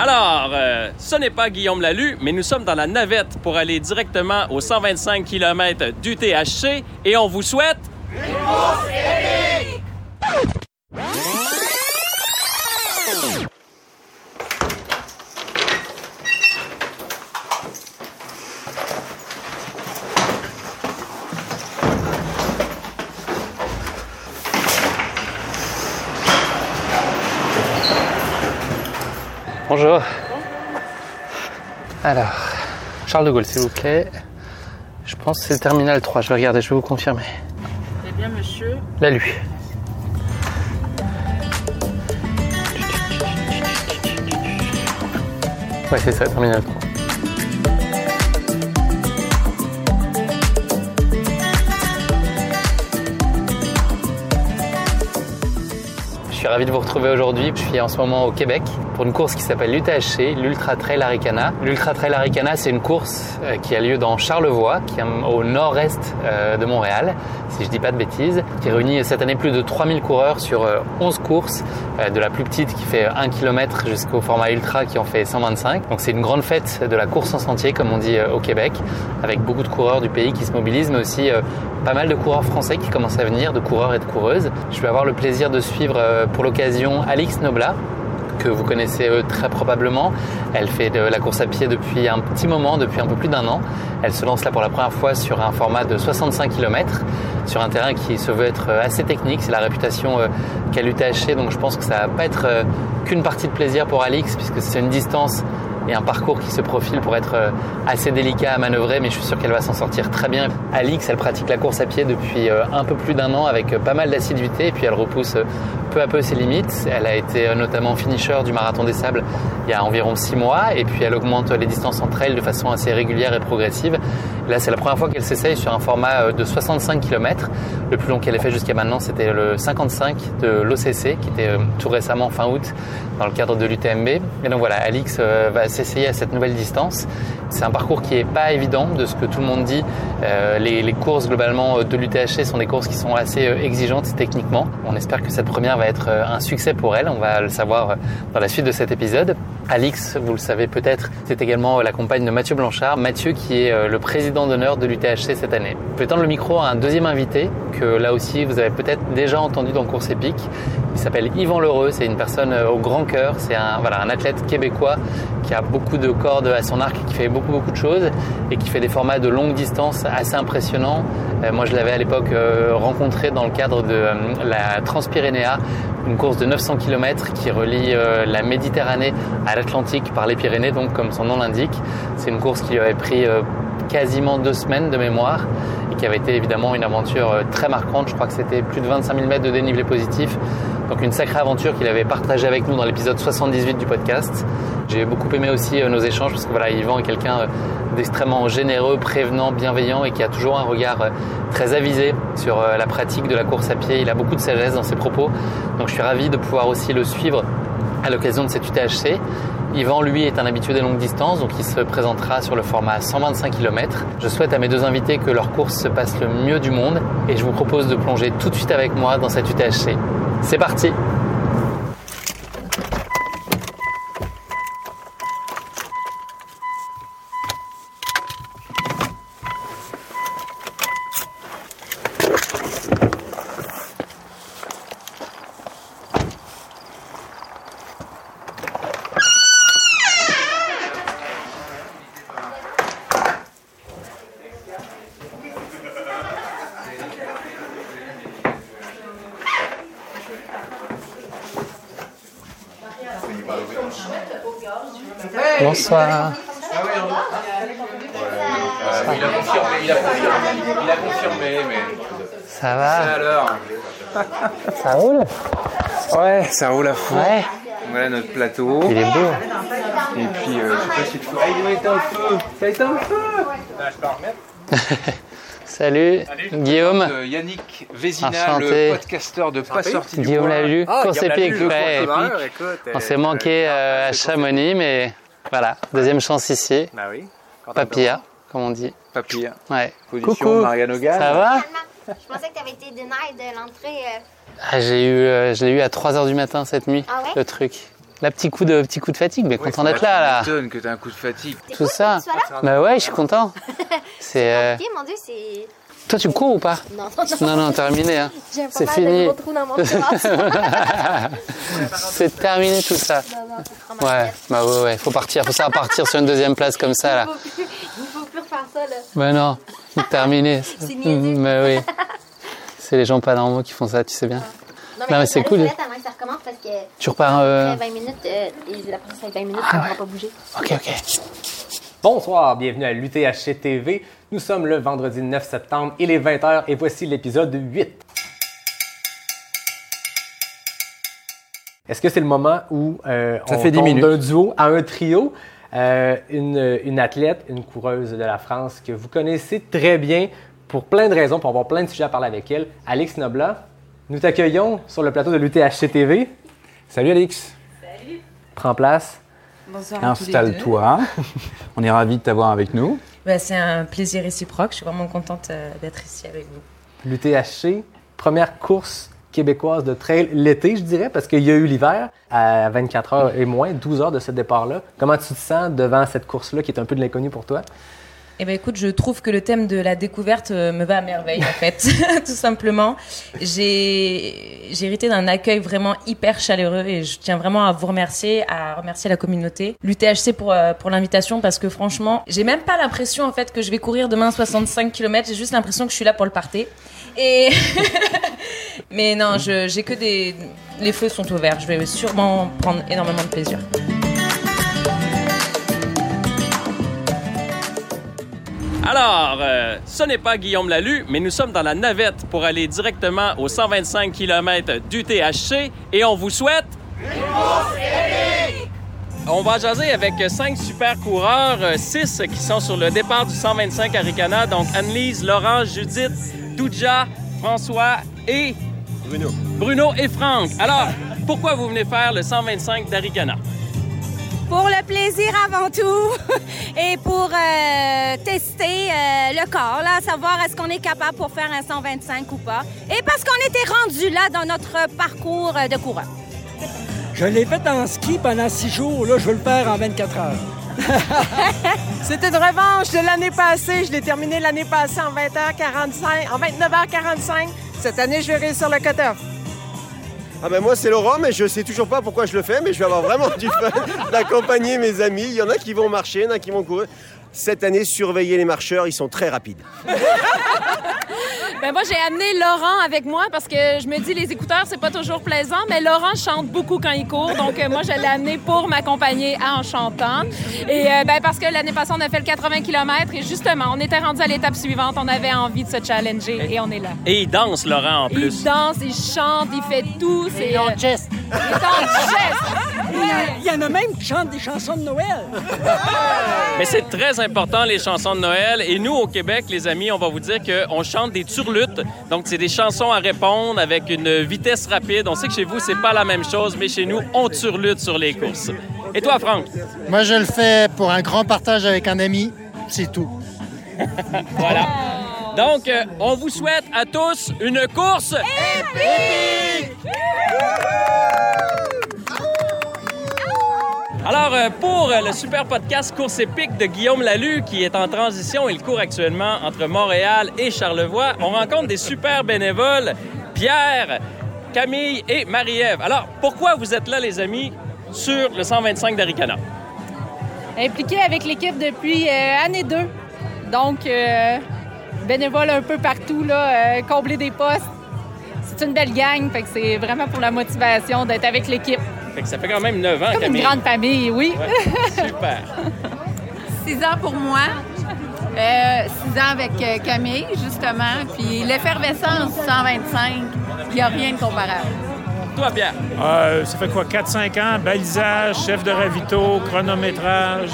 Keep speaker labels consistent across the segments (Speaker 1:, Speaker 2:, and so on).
Speaker 1: Alors, euh, ce n'est pas Guillaume Lalu, mais nous sommes dans la navette pour aller directement aux 125 km du THC et on vous souhaite
Speaker 2: Bonjour. Alors, Charles de Gaulle, s'il vous plaît. Je pense que c'est le terminal 3. Je vais regarder, je vais vous confirmer.
Speaker 3: Eh bien, monsieur,
Speaker 2: La lui. Ouais, c'est ça, terminal 3. Je suis ravi de vous retrouver aujourd'hui. Je suis en ce moment au Québec pour une course qui s'appelle l'UTHC, l'Ultra Trail Aricana. L'Ultra Trail Aricana, c'est une course euh, qui a lieu dans Charlevoix, qui est au nord-est euh, de Montréal, si je dis pas de bêtises, qui réunit cette année plus de 3000 coureurs sur euh, 11 courses, euh, de la plus petite qui fait 1 km jusqu'au format ultra qui en fait 125. Donc c'est une grande fête de la course en sentier, comme on dit euh, au Québec, avec beaucoup de coureurs du pays qui se mobilisent, mais aussi euh, pas mal de coureurs français qui commencent à venir, de coureurs et de coureuses. Je vais avoir le plaisir de suivre euh, pour l'occasion Alix Nobla, que vous connaissez euh, très probablement. Elle fait de la course à pied depuis un petit moment, depuis un peu plus d'un an. Elle se lance là pour la première fois sur un format de 65 km, sur un terrain qui se veut être euh, assez technique. C'est la réputation euh, qu'a l'UTHC, donc je pense que ça va pas être euh, qu'une partie de plaisir pour Alix, puisque c'est une distance et un parcours qui se profile pour être euh, assez délicat à manœuvrer, mais je suis sûr qu'elle va s'en sortir très bien. Alix, elle pratique la course à pied depuis euh, un peu plus d'un an avec euh, pas mal d'assiduité, et puis elle repousse euh, peu à peu ses limites. Elle a été euh, notamment finisher du Marathon des Sables il y a environ six mois, et puis elle augmente euh, les distances entre elles de façon assez régulière et progressive. Là, c'est la première fois qu'elle s'essaye sur un format euh, de 65 km. Le plus long qu'elle ait fait jusqu'à maintenant, c'était le 55 de l'OCC, qui était euh, tout récemment fin août dans le cadre de l'UTMB. Et donc voilà, Alix euh, va s'essayer à cette nouvelle distance. C'est un parcours qui est pas évident de ce que tout le monde dit. Euh, les, les courses globalement euh, de l'UTHC sont des courses qui sont assez euh, exigeantes techniquement. On espère que cette première va être euh, un succès pour elle. On va le savoir euh, dans la suite de cet épisode. Alix, vous le savez peut-être, c'est également euh, la compagne de Mathieu Blanchard. Mathieu qui est euh, le président d'honneur de l'UTHC cette année. Je vais tendre le micro à un deuxième invité que là aussi vous avez peut-être déjà entendu dans Course Épique. Il s'appelle Yvan Lheureux, c'est une personne euh, au grand cœur, c'est un, voilà, un athlète québécois qui a beaucoup de cordes à son arc, qui fait beaucoup beaucoup de choses et qui fait des formats de longue distance assez impressionnants. Euh, moi je l'avais à l'époque euh, rencontré dans le cadre de euh, la Transpyrénéa, une course de 900 km qui relie euh, la Méditerranée à l'Atlantique par les Pyrénées, donc comme son nom l'indique. C'est une course qui lui avait pris euh, quasiment deux semaines de mémoire et qui avait été évidemment une aventure euh, très marquante. Je crois que c'était plus de 25 000 mètres de dénivelé positif. Donc une sacrée aventure qu'il avait partagée avec nous dans l'épisode 78 du podcast. J'ai beaucoup aimé aussi euh, nos échanges parce que voilà, Yvan est quelqu'un euh, d'extrêmement généreux, prévenant, bienveillant et qui a toujours un regard euh, très avisé sur euh, la pratique de la course à pied. Il a beaucoup de sagesse dans ses propos. Donc je suis ravi de pouvoir aussi le suivre à l'occasion de cet UTHC. Yvan, lui, est un habitué des longues distances, donc il se présentera sur le format 125 km. Je souhaite à mes deux invités que leur course se passe le mieux du monde et je vous propose de plonger tout de suite avec moi dans cet UTHC. C'est parti Bonsoir.
Speaker 4: il a confirmé, il a confirmé, il a confirmé, mais.
Speaker 2: Ça va
Speaker 4: Alors
Speaker 2: Ça roule
Speaker 4: Ouais, ça roule à fond.
Speaker 2: Ouais.
Speaker 4: Voilà notre plateau.
Speaker 2: Il est beau.
Speaker 4: Et puis, euh, je sais pas si tu peux. Ah, ils ont éteint le feu Ça a éteint le feu
Speaker 2: Salut, Guillaume.
Speaker 4: Euh, Yannick Vézina,
Speaker 2: Enchanté.
Speaker 4: le podcasteur de Pas sorti du
Speaker 2: Guillaume
Speaker 4: coin.
Speaker 2: Lalu, course épique. ouais.
Speaker 4: eh.
Speaker 5: écoute,
Speaker 2: on s'est manqué euh, à Chamonix, mais voilà, deuxième chance ici.
Speaker 5: Bah oui. Quand
Speaker 2: Papilla, comme on dit.
Speaker 4: Papillard.
Speaker 2: Ouais.
Speaker 4: Position
Speaker 2: Coucou.
Speaker 4: Mariano Gagne.
Speaker 2: Ça va
Speaker 6: Finalement, Je pensais que tu avais été denied de l'entrée. euh,
Speaker 2: Ah, J'ai eu, euh, je l'ai eu à 3h du matin cette nuit,
Speaker 6: Ah ouais
Speaker 2: le truc. Là, petit coup de, petit coup de fatigue, mais content d'être là, là.
Speaker 4: Tu m'étonnes que t'as un coup de fatigue.
Speaker 6: T'es
Speaker 2: Tout
Speaker 6: cool
Speaker 2: ça.
Speaker 6: que tu sois là?
Speaker 2: Bah ouais, je suis content. C'est, euh,
Speaker 6: Ok, mon Dieu, c'est.
Speaker 2: Toi, tu cours ou pas
Speaker 6: Non, non, non.
Speaker 2: Non, non, terminé. Hein.
Speaker 6: J'ai pas
Speaker 2: c'est
Speaker 6: mal
Speaker 2: fini.
Speaker 6: de gros trous dans mon torse.
Speaker 2: C'est terminé tout ça. Ouais, bah ouais, ouais, faut partir, faut ça partir sur une deuxième place comme ça là.
Speaker 6: Il faut plus- il faut plus refaire ça, là.
Speaker 2: Bah non, c'est terminé.
Speaker 6: C'est niaiseux.
Speaker 2: Bah oui. C'est les gens pas normaux qui font ça, tu sais
Speaker 6: Ah.
Speaker 2: bien. Non, mais
Speaker 6: faut
Speaker 2: c'est
Speaker 6: aller
Speaker 2: cool.
Speaker 6: aux toilettes avant que ça recommence parce que
Speaker 2: Tu repars. euh, Ah
Speaker 6: après 20 minutes, euh, et après ça, 20 minutes, on ne pourra pas bouger.
Speaker 2: Ok, ok.
Speaker 5: Bonsoir, bienvenue à l'UTHC TV. Nous sommes le vendredi 9 septembre, il est 20h et voici l'épisode 8. Est-ce que c'est le moment où euh,
Speaker 4: Ça
Speaker 5: on
Speaker 4: fait dix
Speaker 5: tombe
Speaker 4: minutes.
Speaker 5: d'un duo à un trio? Euh, une, une athlète, une coureuse de la France que vous connaissez très bien pour plein de raisons, pour avoir plein de sujets à parler avec elle, Alex Nobla. Nous t'accueillons sur le plateau de l'UTHC TV.
Speaker 7: Salut Alix,
Speaker 5: Prends place.
Speaker 8: Bonsoir. à tous les deux.
Speaker 7: installe-toi. On est ravis de t'avoir avec nous.
Speaker 8: Ben, c'est un plaisir réciproque. Je suis vraiment contente euh, d'être ici avec vous.
Speaker 5: L'UTHC, première course québécoise de trail l'été, je dirais, parce qu'il y a eu l'hiver à 24 heures et moins, 12 heures de ce départ-là. Comment tu te sens devant cette course-là qui est un peu de l'inconnu pour toi?
Speaker 8: Eh ben, écoute, je trouve que le thème de la découverte euh, me va à merveille, en fait, tout simplement. J'ai j'ai hérité d'un accueil vraiment hyper chaleureux et je tiens vraiment à vous remercier, à remercier la communauté, l'UTHC pour, euh, pour l'invitation parce que franchement, j'ai même pas l'impression, en fait, que je vais courir demain 65 km. J'ai juste l'impression que je suis là pour le parter. Et. Mais non, je- j'ai que des. Les feux sont ouverts. Je vais sûrement prendre énormément de plaisir.
Speaker 9: Alors, euh, ce n'est pas Guillaume Lalu, mais nous sommes dans la navette pour aller directement aux 125 km du THC et on vous souhaite. On va jaser avec cinq super coureurs, euh, six qui sont sur le départ du 125 Aricana, donc Annelise, Laurent, Judith, Doudja, François et Bruno. Bruno et Franck. Alors, pourquoi vous venez faire le 125 d'Aricana?
Speaker 3: Pour le plaisir avant tout et pour euh, tester euh, le corps, là, savoir est-ce qu'on est capable pour faire un 125 ou pas. Et parce qu'on était rendu là dans notre parcours euh, de coureur.
Speaker 10: Je l'ai fait en ski pendant six jours. Là, je veux le faire en 24 heures.
Speaker 3: C'était une revanche de l'année passée. Je l'ai terminé l'année passée en 20h45, en 29h45. Cette année, je vais réussir le cutoff.
Speaker 10: Ah ben moi, c'est Laurent, mais je sais toujours pas pourquoi je le fais, mais je vais avoir vraiment du fun d'accompagner mes amis. Il y en a qui vont marcher, il y en a qui vont courir. Cette année, surveillez les marcheurs, ils sont très rapides.
Speaker 3: Ben moi, j'ai amené Laurent avec moi parce que je me dis, les écouteurs, c'est pas toujours plaisant, mais Laurent chante beaucoup quand il court. Donc, euh, moi, je l'ai amené pour m'accompagner en chantant. Et euh, ben, parce que l'année passée, on a fait le 80 km et justement, on était rendu à l'étape suivante. On avait envie de se challenger et on est là.
Speaker 9: Et il danse, Laurent, en plus.
Speaker 3: Il danse, il chante, il fait tout. C'est euh, en geste. Il est en geste. Ouais.
Speaker 10: Il y en a même qui chantent des chansons de Noël.
Speaker 9: Mais c'est très important, les chansons de Noël. Et nous, au Québec, les amis, on va vous dire qu'on chante des turlutes. Donc, c'est des chansons à répondre avec une vitesse rapide. On sait que chez vous, c'est pas la même chose, mais chez nous, on turlute sur les courses. Et toi, Franck?
Speaker 10: Moi, je le fais pour un grand partage avec un ami. C'est tout.
Speaker 9: Voilà. Donc, euh, on vous souhaite à tous une course Alors, euh, pour euh, le super podcast Course épique de Guillaume Lalu, qui est en transition, il court actuellement entre Montréal et Charlevoix, on rencontre des super bénévoles, Pierre, Camille et Marie-Ève. Alors, pourquoi vous êtes là, les amis, sur le 125 d'Aricana?
Speaker 3: impliqué avec l'équipe depuis euh, année 2. Donc, euh, bénévole un peu partout, là, euh, combler des postes. C'est une belle gang, fait que c'est vraiment pour la motivation d'être avec l'équipe.
Speaker 9: Fait que ça fait quand même 9 ans,
Speaker 5: Comme une
Speaker 9: Camille.
Speaker 5: grande famille, oui.
Speaker 9: Ouais, super.
Speaker 3: 6 ans pour moi. Euh, six ans avec euh, Camille, justement. Puis l'effervescence du 125, il n'y a rien de comparable.
Speaker 9: Toi, Pierre.
Speaker 1: Euh, ça fait quoi, 4-5 ans? Balisage, chef de ravito, chronométrage.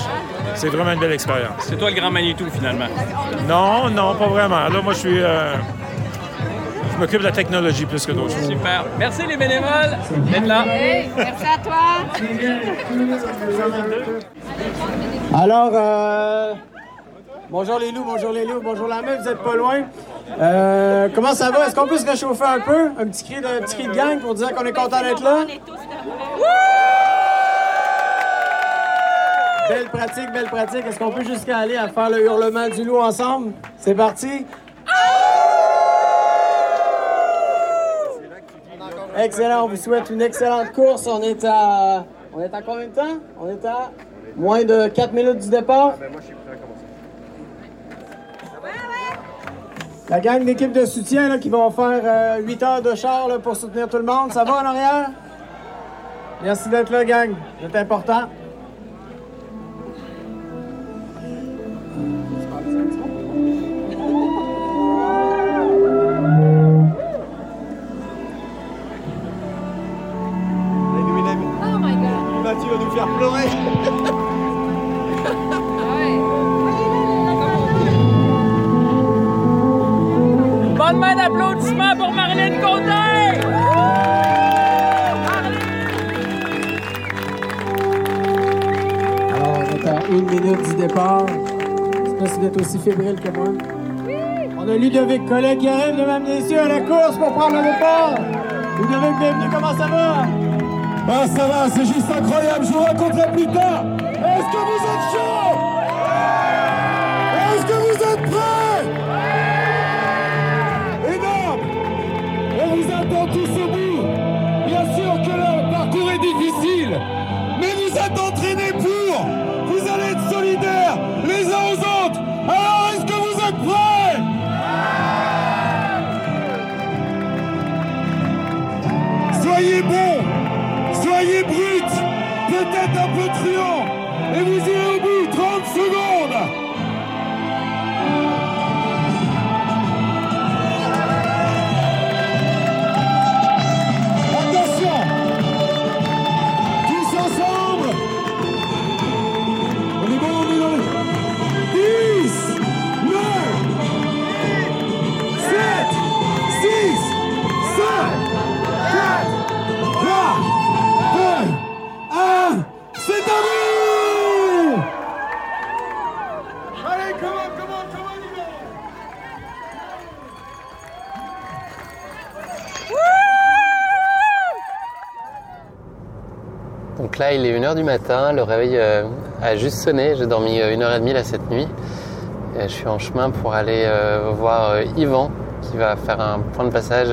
Speaker 1: C'est vraiment une belle expérience.
Speaker 9: C'est toi le grand Manitou, finalement.
Speaker 1: Non, non, pas vraiment. Là, moi, je suis. euh, je m'occupe de la technologie plus que d'autres choses.
Speaker 9: Super. Merci les bénévoles d'être là.
Speaker 3: merci à toi.
Speaker 11: Alors, euh, bonjour les loups, bonjour les loups, bonjour la meuf, vous êtes pas loin. Euh, comment ça va? Est-ce qu'on peut se réchauffer un peu? Un petit cri de, un petit cri de gang pour dire qu'on est content d'être là? Belle pratique, belle pratique. Est-ce qu'on peut jusqu'à aller à faire le hurlement du loup ensemble? C'est parti. Excellent, on vous souhaite une excellente course. On est à. On est à combien de temps? On est à moins de 4 minutes du départ. La gang d'équipe de soutien là, qui vont faire 8 heures de char là, pour soutenir tout le monde. Ça va en arrière? Merci d'être là, gang. C'est important.
Speaker 3: Oh my God.
Speaker 10: Mathieu va nous faire pleurer.
Speaker 9: Bonne main d'applaudissements pour Marlène Côté!
Speaker 11: Alors, on est à une minute du départ. Je sais pas si vous êtes aussi fébrile que moi. On a Ludovic Collet qui arrive, mesdames, messieurs, à la course pour prendre le départ. Ludovic, bienvenue, comment ça va?
Speaker 12: Ah ça va, c'est juste incroyable, je vous raconterai plus tard. Est-ce que vous êtes chaud Est-ce que vous êtes prêts Énorme On vous attend tous au bout. Bien sûr que le parcours est difficile, mais vous êtes entraînés pour. Vous allez être solidaires les uns aux autres. Alors est-ce que vous êtes prêts Soyez bons, soyez bruts, peut-être un peu truands, et vous irez au bout 30 secondes. Attention, tous ensemble, on est bon, on est dans les 10, 9, 7, 6, 5, 4, 3, 2, 1, c'est à vous Allez, come on, come on, come on, Yvan
Speaker 2: Donc là, il est 1h du matin, le réveil euh, a juste sonné, j'ai dormi euh, 1h30 là cette nuit. Et je suis en chemin pour aller euh, voir euh, Yvan qui va faire un point de passage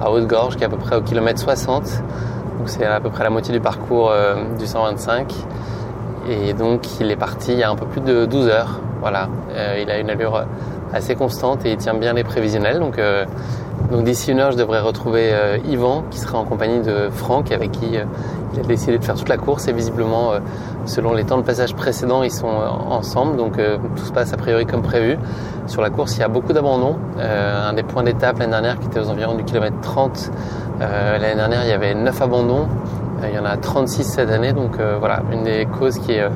Speaker 2: à Haute-Gorge qui est à peu près au kilomètre 60. Donc c'est à peu près la moitié du parcours euh, du 125. Et donc il est parti il y a un peu plus de 12 heures. Voilà, Euh, il a une allure assez constante et il tient bien les prévisionnels. Donc, euh, donc d'ici une heure, je devrais retrouver euh, Yvan qui sera en compagnie de Franck avec qui euh, il a décidé de faire toute la course. Et visiblement, euh, selon les temps de passage précédents, ils sont euh, ensemble. Donc euh, tout se passe a priori comme prévu. Sur la course, il y a beaucoup d'abandons. Euh, un des points d'étape l'année dernière qui était aux environs du kilomètre 30. euh, l'année dernière, il y avait 9 abandons. Euh, il y en a 36 cette année. Donc euh, voilà, une des causes qui est euh,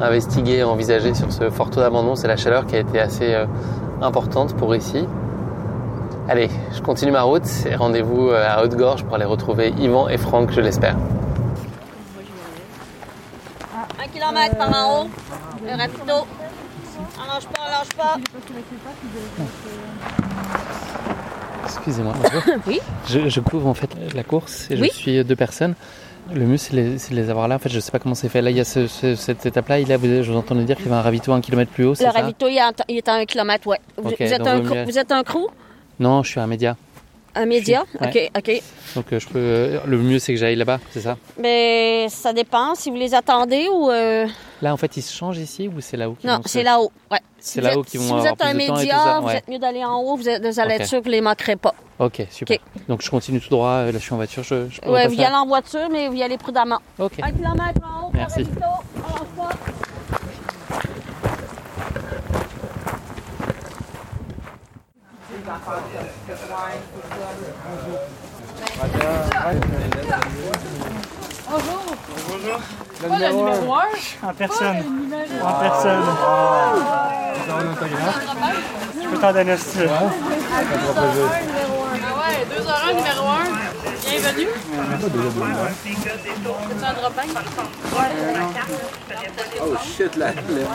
Speaker 2: investiguée, envisagée sur ce fort taux d'abandon, c'est la chaleur qui a été assez euh, importante pour ici. Allez, je continue ma route et rendez-vous euh, à Haute-Gorge pour aller retrouver Yvan et Franck, je l'espère.
Speaker 8: Un kilomètre par en haut. Le Ah rapido. On lâche pas, on lâche pas.
Speaker 2: Excusez-moi.
Speaker 8: Oui?
Speaker 2: Je, je couvre en fait la course et je
Speaker 8: Oui.
Speaker 2: suis deux personnes. Le mieux, c'est de les, c'est de les avoir là. En fait, je sais pas comment c'est fait. Là, il y a ce- ce- cette étape-là. Il y a- vous- je vous entendais dire qu'il y avait un ravito un kilomètre plus haut, c'est
Speaker 8: Le
Speaker 2: ça
Speaker 8: ravito, il est en- il est à un kilomètre, ouais. Vous,
Speaker 2: Ok,
Speaker 8: vous êtes
Speaker 2: donc
Speaker 8: un
Speaker 2: vaut
Speaker 8: cro-
Speaker 2: mieux-
Speaker 8: vous êtes un crew?
Speaker 2: Non, je suis un média.
Speaker 8: Un média?
Speaker 2: Je suis- ouais.
Speaker 8: OK, OK.
Speaker 2: Donc, euh, je peux. euh, le mieux, c'est que j'aille là-bas, c'est ça
Speaker 8: Mais ça dépend si vous les attendez ou... euh,
Speaker 2: Là, en fait, ils se changent ici ou c'est là-haut qu'ils
Speaker 8: Non,
Speaker 2: vont se-
Speaker 8: c'est là-haut. Ouais,
Speaker 13: C'est là-haut qu'ils vont
Speaker 8: Si vous
Speaker 13: avoir
Speaker 8: êtes un
Speaker 13: plus de temps et tout
Speaker 8: média,
Speaker 13: ça,
Speaker 8: vous
Speaker 13: ouais.
Speaker 8: êtes mieux d'aller en haut, vous, êtes- vous allez
Speaker 13: Ok.
Speaker 8: être sûr que vous les manquerez pas.
Speaker 13: Ok, super. Donc je continue tout droit, euh, là je suis en voiture, je, je peux
Speaker 8: Ouais, vous
Speaker 13: repasser
Speaker 8: y
Speaker 13: à-
Speaker 8: allez en voiture, mais vous y allez prudemment.
Speaker 13: OK.
Speaker 8: Un kilomètre en haut,
Speaker 13: Merci.
Speaker 8: Correcto. On lâche pas.
Speaker 11: Bonjour. Bonjour.
Speaker 12: Pas le numéro un.
Speaker 11: En personne.
Speaker 12: Pas le numéro
Speaker 11: En
Speaker 12: un.
Speaker 11: personne.
Speaker 12: Oh.
Speaker 11: Je peux t'en donner si tu veux.
Speaker 12: Ah ouais, 2 h 1 numéro 1. Bienvenue. C'est un drop
Speaker 14: Oh shit, la, la-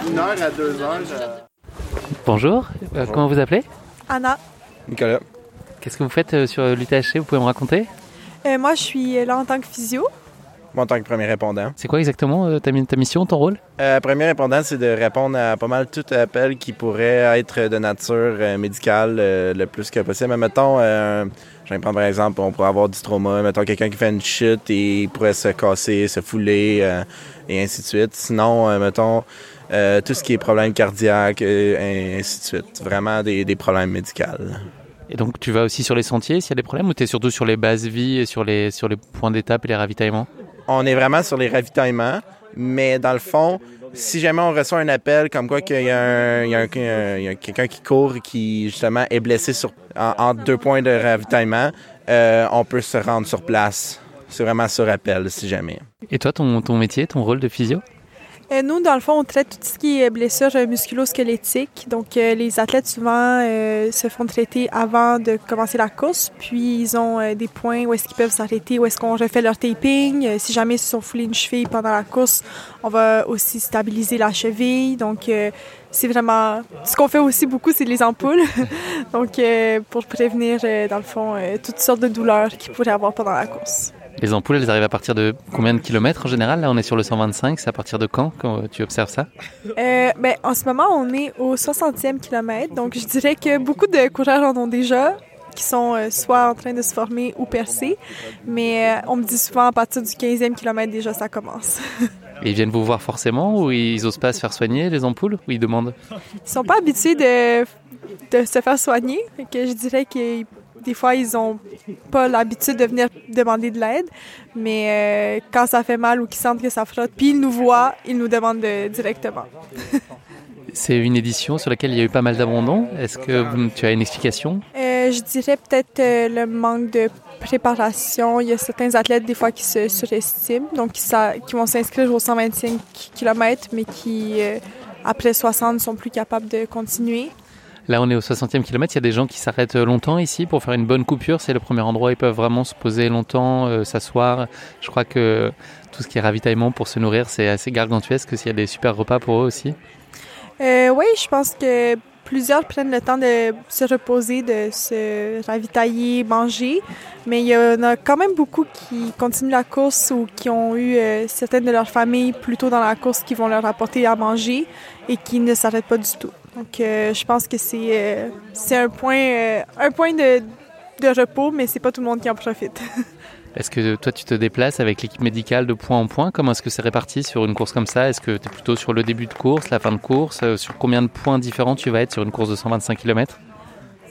Speaker 14: une heure à deux heures. euh.
Speaker 2: Bonjour, euh,
Speaker 14: Bonjour.
Speaker 2: comment vous appelez
Speaker 15: Anna,
Speaker 14: Nicolas.
Speaker 2: Qu'est-ce que vous faites euh, sur euh, l'UTHC Vous pouvez me raconter
Speaker 15: Euh, moi je suis là en tant que physio.
Speaker 14: Moi, en tant que premier répondant.
Speaker 2: C'est quoi exactement euh, ta, mi- ta mission, ton rôle
Speaker 14: Euh, premier répondant, c'est de répondre à pas mal tout appel qui pourrait être de nature euh, médicale euh, le plus que possible. Mais mettons, euh, je vais prendre par exemple, on pourrait avoir du trauma. Mettons quelqu'un qui fait une chute et il pourrait se casser, se fouler euh, et ainsi de suite. Sinon, euh, mettons, euh, tout ce qui est problème cardiaque euh, et ainsi de suite. Vraiment des, des problèmes médicaux.
Speaker 2: Et donc tu vas aussi sur les sentiers s'il y a des problèmes ou tu es surtout sur les bases vie et sur les, sur les points d'étape et les ravitaillements
Speaker 14: on est vraiment sur les ravitaillements, mais dans le fond, si jamais on reçoit un appel comme quoi qu'il y a, un- il y a un- il y a quelqu'un qui court et qui justement est blessé sur, en, entre deux points de ravitaillement, euh, on peut se rendre sur place. C'est vraiment sur appel si jamais.
Speaker 2: Et toi, ton, ton métier, ton rôle de physio
Speaker 15: Euh, nous, dans le fond, on traite tout ce qui est blessure euh, musculo-squelettique. Donc, euh, les athlètes souvent euh, se font traiter avant de commencer la course. Puis, ils ont euh, des points où est-ce qu'ils peuvent s'arrêter, où est-ce qu'on refait leur taping. Euh, si jamais ils se sont foulés une cheville pendant la course, on va aussi stabiliser la cheville. Donc, euh, c'est vraiment... Ce qu'on fait aussi beaucoup, c'est les ampoules. Donc, euh, pour prévenir, euh, dans le fond, euh, toutes sortes de douleurs qu'ils pourraient avoir pendant la course.
Speaker 2: Les ampoules, elles arrivent à partir de combien de kilomètres en général Là, on est sur le 125, c'est à partir de quand quand tu observes ça
Speaker 15: Euh, ben, en ce moment, on est au 60e kilomètre. Donc, je dirais que beaucoup de coureurs en ont déjà, qui sont euh, soit en train de se former ou percer. Mais euh, on me dit souvent, à partir du 15e kilomètre, déjà, ça commence.
Speaker 2: Et ils viennent vous voir forcément ou ils osent pas se faire soigner les ampoules ou ils demandent
Speaker 15: Ils sont pas habitués de, de se faire soigner. Fait que je dirais que des fois, ils ont pas l'habitude de venir demander de l'aide. Mais euh, quand ça fait mal ou qu'ils sentent que ça frotte, puis ils nous voient, ils nous demandent de- directement.
Speaker 2: C'est une édition sur laquelle il y a eu pas mal d'abandons. Est-ce que hum, tu as une explication
Speaker 15: Euh, je dirais peut-être euh, le manque de préparation. Il y a certains athlètes, des fois, qui se surestiment, donc qui, s'a- qui vont s'inscrire aux 125 km, mais qui, euh, après 60, sont plus capables de continuer.
Speaker 2: Là, on est au 60e kilomètre. Il y a des gens qui s'arrêtent euh, longtemps ici pour faire une bonne coupure. C'est le premier endroit où ils peuvent vraiment se poser longtemps, euh, s'asseoir. Je crois que tout ce qui est ravitaillement pour se nourrir, c'est assez gargantuesque. S'il y a des super repas pour eux aussi.
Speaker 15: Euh, oui, je pense que plusieurs prennent le temps de se reposer, de se ravitailler, manger, mais il y en a quand même beaucoup qui continuent la course ou qui ont eu euh, certaines de leurs familles plus tôt dans la course qui vont leur apporter à manger et qui ne s'arrêtent pas du tout. Donc, euh, je pense que c'est euh, c'est un point, euh, un point de, de repos, mais c'est pas tout le monde qui en profite.
Speaker 2: Est-ce que toi, tu te déplaces avec l'équipe médicale de point en point Comment est-ce que c'est réparti sur une course comme ça Est-ce que tu es plutôt sur le début de course, la fin de course euh, Sur combien de points différents tu vas être sur une course de 125 km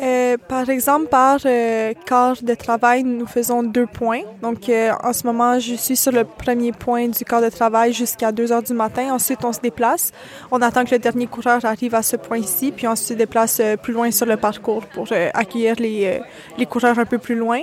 Speaker 15: Euh, par exemple, par euh, corps de travail, nous faisons deux points. Donc, euh, en ce moment, je suis sur le premier point du corps de travail jusqu'à 2 heures du matin. Ensuite, on se déplace. On attend que le dernier coureur arrive à ce point-ci, puis on se déplace euh, plus loin sur le parcours pour euh, accueillir les, euh, les coureurs un peu plus loin.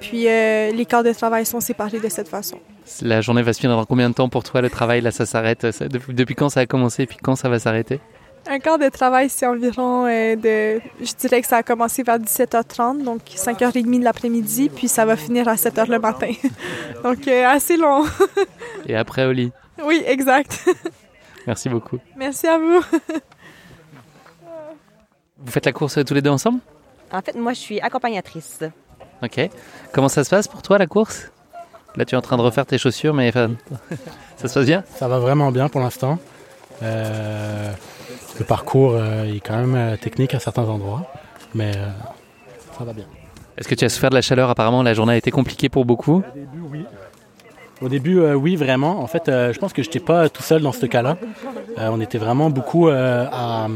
Speaker 15: Puis, euh, les corps de travail sont séparés de cette façon.
Speaker 2: La journée va se finir dans combien de temps pour toi Le travail, là, ça s'arrête Ça- depuis, depuis quand ça a commencé et puis quand ça va s'arrêter
Speaker 15: Un quart de travail, c'est environ euh, de. Je dirais que ça a commencé vers 17h30, donc 5h30 de l'après-midi, puis ça va finir à 7h le matin. donc, euh, assez long.
Speaker 2: Et après, au lit.
Speaker 15: oui, exact.
Speaker 2: Merci beaucoup.
Speaker 15: Merci à vous.
Speaker 2: Vous faites la course euh, tous les deux ensemble
Speaker 16: En fait, moi, je suis accompagnatrice.
Speaker 2: Ok. Comment ça se passe pour toi la course Là, tu es en train de refaire tes chaussures, mais enfin, ça se passe bien
Speaker 17: Ça va vraiment bien pour l'instant. Euh, le parcours euh, est quand même euh, technique à certains endroits, mais euh, ça va bien.
Speaker 2: Est-ce que tu as souffert de la chaleur Apparemment, la journée a été compliquée pour beaucoup.
Speaker 17: Au début, euh, oui, vraiment. En fait, euh, je pense que je n'étais pas tout seul dans ce cas-là. Euh, on était vraiment beaucoup euh, à,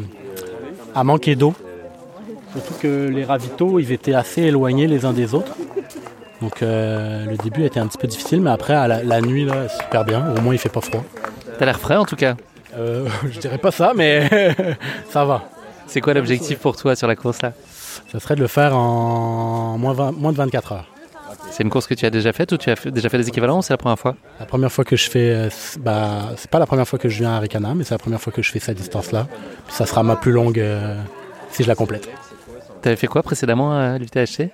Speaker 17: à manquer d'eau. Surtout que les ravitaux, ils étaient assez éloignés les uns des autres. Donc euh, le début était un petit peu difficile, mais après, à la, la nuit, là, super bien. Au moins, il fait pas froid.
Speaker 2: T'as l'air frais en tout cas.
Speaker 17: Euh, je dirais pas ça, mais ça va.
Speaker 2: C'est quoi l'objectif pour toi sur la course là
Speaker 17: Ça serait de le faire en moins, 20 moins de 24 heures.
Speaker 2: C'est une course que tu as déjà faite ou tu as fait- déjà fait des équivalents ou c'est la première fois
Speaker 17: La première fois que je fais, euh, c- bah, c'est pas la première fois que je viens à Ricana, mais c'est la première fois que je fais cette distance-là. Puis ça sera ma plus longue euh, si je la complète.
Speaker 2: T'avais fait quoi précédemment euh, à l'UTHC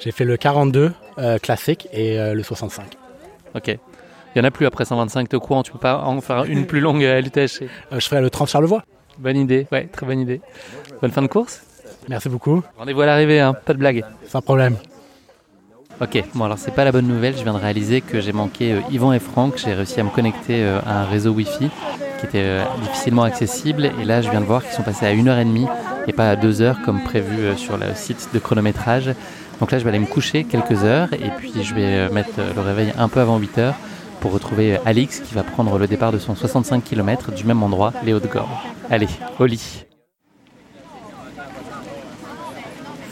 Speaker 17: J'ai fait le 42 euh, classique et euh, le 65.
Speaker 2: Ok. Il y en a plus après 125 de courant, tu peux pas en faire une plus longue à l'UTHC.
Speaker 17: je ferai le 30 Charlevoix.
Speaker 2: Bonne idée, ouais, très bonne idée. Bonne fin de course.
Speaker 17: Merci beaucoup.
Speaker 2: Rendez-vous à l'arrivée, hein, pas de blague.
Speaker 17: Sans problème.
Speaker 2: Ok, bon alors c'est pas la bonne nouvelle, je viens de réaliser que j'ai manqué euh, Yvan et Franck, j'ai réussi à me connecter euh, à un réseau Wi-Fi qui était euh, difficilement accessible et là je viens de voir qu'ils sont passés à 1h30 et pas à 2h comme prévu euh, sur le site de chronométrage. Donc là je vais aller me coucher quelques heures et puis je vais euh, mettre euh, le réveil un peu avant 8h pour retrouver euh, Alix qui va prendre le départ de son 65 km du même endroit, les Hauts-de-Gorge. Allez, au lit.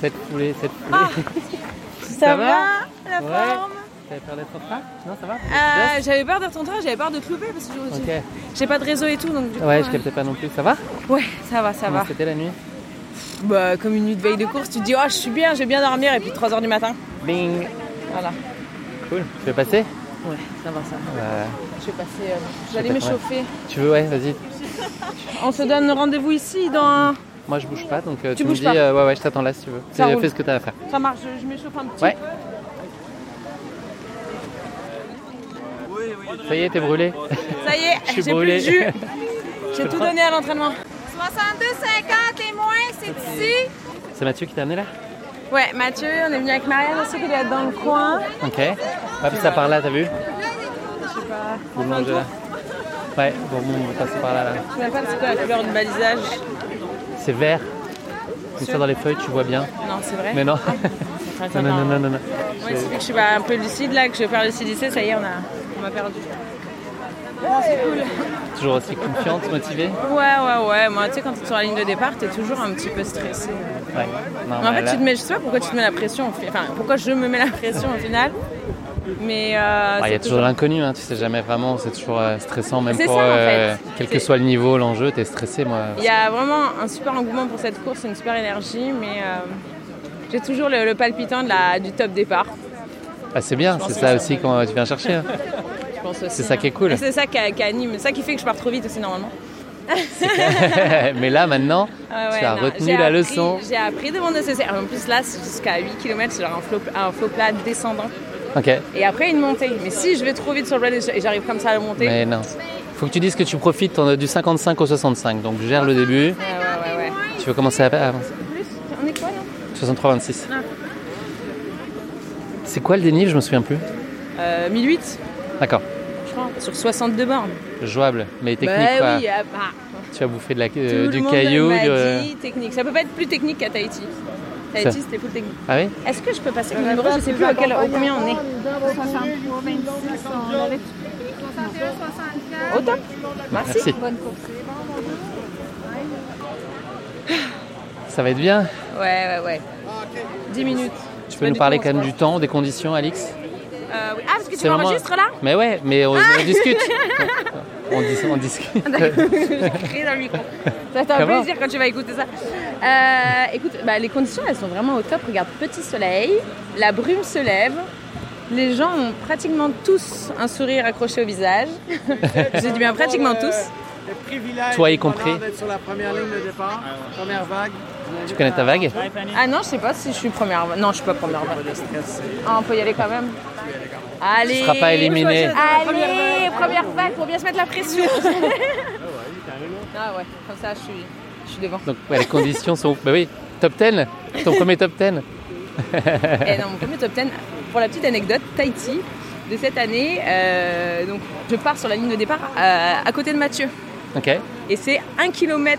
Speaker 2: Cette foulée, cette foulée.
Speaker 3: Ça, va, la
Speaker 2: Ouais.
Speaker 3: forme
Speaker 2: T'avais peur d'être en retard Non, ça va
Speaker 3: Euh, J'avais peur d'être en retard, j'avais peur de clouper parce que j'ai-
Speaker 2: Ok.
Speaker 3: j'ai pas de réseau et tout. Donc du coup,
Speaker 2: Ouais,
Speaker 3: euh,
Speaker 2: je captais pas non plus. Ça va
Speaker 3: Ouais, ça va, ça
Speaker 2: Comment
Speaker 3: va.
Speaker 2: C'était la nuit
Speaker 3: Bah, comme une nuit de veille de course, tu te dis, oh, je suis bien, je vais bien dormir, et puis 3h du matin.
Speaker 2: Bing
Speaker 3: Voilà.
Speaker 2: Cool. Tu veux passer
Speaker 3: Ouais, ça va, ça va.
Speaker 2: Euh,
Speaker 3: Je vais passer. euh, J'allais
Speaker 2: je sais pas,
Speaker 3: m'échauffer.
Speaker 2: ouais. Tu veux, ouais, vas-y.
Speaker 3: On se donne rendez-vous ici dans.
Speaker 2: Moi, je bouge pas, donc euh,
Speaker 3: Tu
Speaker 2: tu, me
Speaker 3: bouges
Speaker 2: dis,
Speaker 3: pas.
Speaker 2: euh, ouais, ouais, je t'attends là si tu veux.
Speaker 3: Ça
Speaker 2: Fais-
Speaker 3: roule.
Speaker 2: Fais ce que t'as à faire.
Speaker 3: Ça marche, je, je m'échauffe un petit
Speaker 2: Ouais.
Speaker 3: peu.
Speaker 2: Ça y est, t'es brûlé.
Speaker 3: Ça y
Speaker 2: Je
Speaker 3: est,
Speaker 2: suis
Speaker 3: j'ai plus de
Speaker 2: brûlé.
Speaker 3: jus.
Speaker 2: Je
Speaker 3: J'ai
Speaker 2: peux
Speaker 3: tout
Speaker 2: pas.
Speaker 3: donné à l'entraînement.
Speaker 18: 62,50 et moins, c'est ici.
Speaker 2: C'est Mathieu qui t'a amené là
Speaker 3: Ouais, Mathieu, on est venu avec Marianne aussi qui doit être dans le coin.
Speaker 2: Ok. Ouais, puis ça part là, t'as vu
Speaker 3: Je sais pas.
Speaker 2: Vous mangez là. euh, Ouais, bon, bon, on va passer par là. là.
Speaker 3: Je sais pas c'est quoi la couleur du balisage.
Speaker 2: C'est vert. Comme ça,
Speaker 3: Sûr.
Speaker 2: dans les feuilles, tu vois bien.
Speaker 3: Non, c'est vrai
Speaker 2: Mais non.
Speaker 3: Ah.
Speaker 2: non, non, non, non, non, non.
Speaker 3: Moi,
Speaker 2: Je-
Speaker 3: il suffit que je suis un peu lucide là, que je perds le CDC, ça y est, on a, on m'a perdu. Oh, c'est cool.
Speaker 2: Toujours aussi confiante, motivée
Speaker 3: Ouais, ouais, ouais. Moi, tu sais, quand tu es sur la ligne de départ, t'es toujours un petit peu stressé.
Speaker 2: Ouais. Non,
Speaker 3: Mais en
Speaker 2: mais
Speaker 3: fait,
Speaker 2: là-
Speaker 3: tu te mets, je sais pas pourquoi tu te mets la pression, au fi- enfin, pourquoi je me mets la pression au final. Mais. euh,
Speaker 2: Bah, Il y a
Speaker 3: c'est
Speaker 2: toujours l'inconnu, hein, tu sais jamais vraiment, c'est toujours euh, stressant, même
Speaker 3: C'est
Speaker 2: pour
Speaker 3: ça, en
Speaker 2: euh,
Speaker 3: fait.
Speaker 2: quel que
Speaker 3: C'est-
Speaker 2: soit le niveau, l'enjeu, t'es stressé. Moi,
Speaker 3: Il y a vraiment un super engouement pour cette course, une super énergie, mais euh, j'ai toujours le, le palpitant de la, du top départ.
Speaker 2: Ah, c'est bien,
Speaker 3: pense
Speaker 2: c'est
Speaker 3: que
Speaker 2: ça
Speaker 3: ça-
Speaker 2: aussi quand euh, tu viens chercher. hein.
Speaker 3: Je pense aussi. hein.
Speaker 2: C'est ça qui est cool.
Speaker 3: Et C'est ça qui, a- qui anime, ça qui fait que je pars trop vite aussi normalement.
Speaker 2: hein. Mais là, maintenant,
Speaker 3: Ah ouais,
Speaker 2: tu as
Speaker 3: non,
Speaker 2: retenu
Speaker 3: j'ai
Speaker 2: la
Speaker 3: appris-
Speaker 2: leçon.
Speaker 3: J'ai appris de mon nécessaire. En plus, là, c'est jusqu'à 8 km, c'est genre un flop, un faux plat descendant.
Speaker 2: Ok,
Speaker 3: Et après, une montée. Mais si je vais trop vite sur le plat et j'arrive comme ça à le monter.
Speaker 2: mais non. Faut que tu dises que tu profites ton- du 55 au 65, donc gère le début.
Speaker 3: Ouais, Ah ouais, ouais, ouais.
Speaker 2: Tu veux commencer à à avancer.
Speaker 3: Plus, on est quoi là Ah.
Speaker 2: 63-26. C'est quoi le dénivelé Je me souviens plus.
Speaker 3: Euh, 1008,
Speaker 2: D'accord,
Speaker 3: je crois, sur 62 bornes.
Speaker 2: jouable, mais technique
Speaker 3: bah
Speaker 2: quoi.
Speaker 3: oui, ah, bah,
Speaker 2: Tu as bouffé de la,
Speaker 3: tout
Speaker 2: euh,
Speaker 3: le
Speaker 2: du
Speaker 3: monde
Speaker 2: caillou.
Speaker 3: m'a
Speaker 2: du, euh,
Speaker 3: dit technique. Ça peut pas être plus technique qu'à Tahiti.
Speaker 2: Ça-
Speaker 3: Tahiti, c'était plus technique.
Speaker 2: Ah oui
Speaker 3: Est-ce que je peux
Speaker 15: Euh,
Speaker 3: passer mon
Speaker 15: bah,
Speaker 3: numéro Je sais plus à quel, au combien on est. Au top. Merci.
Speaker 2: Merci. Ça va être bien.
Speaker 3: Ouais, ouais, ouais. 10 minutes.
Speaker 2: Tu
Speaker 3: C'est
Speaker 2: peux
Speaker 3: pas
Speaker 2: nous
Speaker 3: du
Speaker 2: parler
Speaker 3: tout
Speaker 2: quand même
Speaker 3: mon
Speaker 2: du temps, des conditions, Alix
Speaker 3: sport. Euh, oui. Ah, parce que tu
Speaker 2: C'est vraiment-
Speaker 3: m'enregistres là
Speaker 2: Mais ouais, mais on,
Speaker 3: Ah
Speaker 2: on discute. on, dis- on discute.
Speaker 3: J'ai crié dans le micro. Ça fait un
Speaker 2: Comment
Speaker 3: plaisir quand tu vas écouter ça. Euh, écoute, bah, les conditions, elles sont vraiment au top. Regarde, petit soleil, la brume se lève. Les gens ont pratiquement tous un sourire accroché au visage. J'ai dit bien pratiquement tous.
Speaker 11: Le privilège
Speaker 2: Toi y
Speaker 11: et le bonheur
Speaker 2: compris.
Speaker 11: d'être sur la première ligne de départ, première vague.
Speaker 2: Tu connais ta vague
Speaker 3: Ah non, je sais pas si je suis première. Non, je suis pas première. Ah, on peut y aller quand même. Allez,
Speaker 2: seras pas éliminée.
Speaker 3: Allez, première vague pour bien se mettre la pression.
Speaker 2: Ah
Speaker 3: ah ouais, comme ça, je suis, je suis devant.
Speaker 2: Donc ouais, les conditions sont... Bah oui, top 10 Ton premier top 10
Speaker 3: Et dans mon premier top 10, pour la petite anecdote, Tahiti de cette année, euh, donc je pars sur la ligne de départ euh, à côté de Mathieu.
Speaker 2: Ok.
Speaker 3: Et c'est 1 km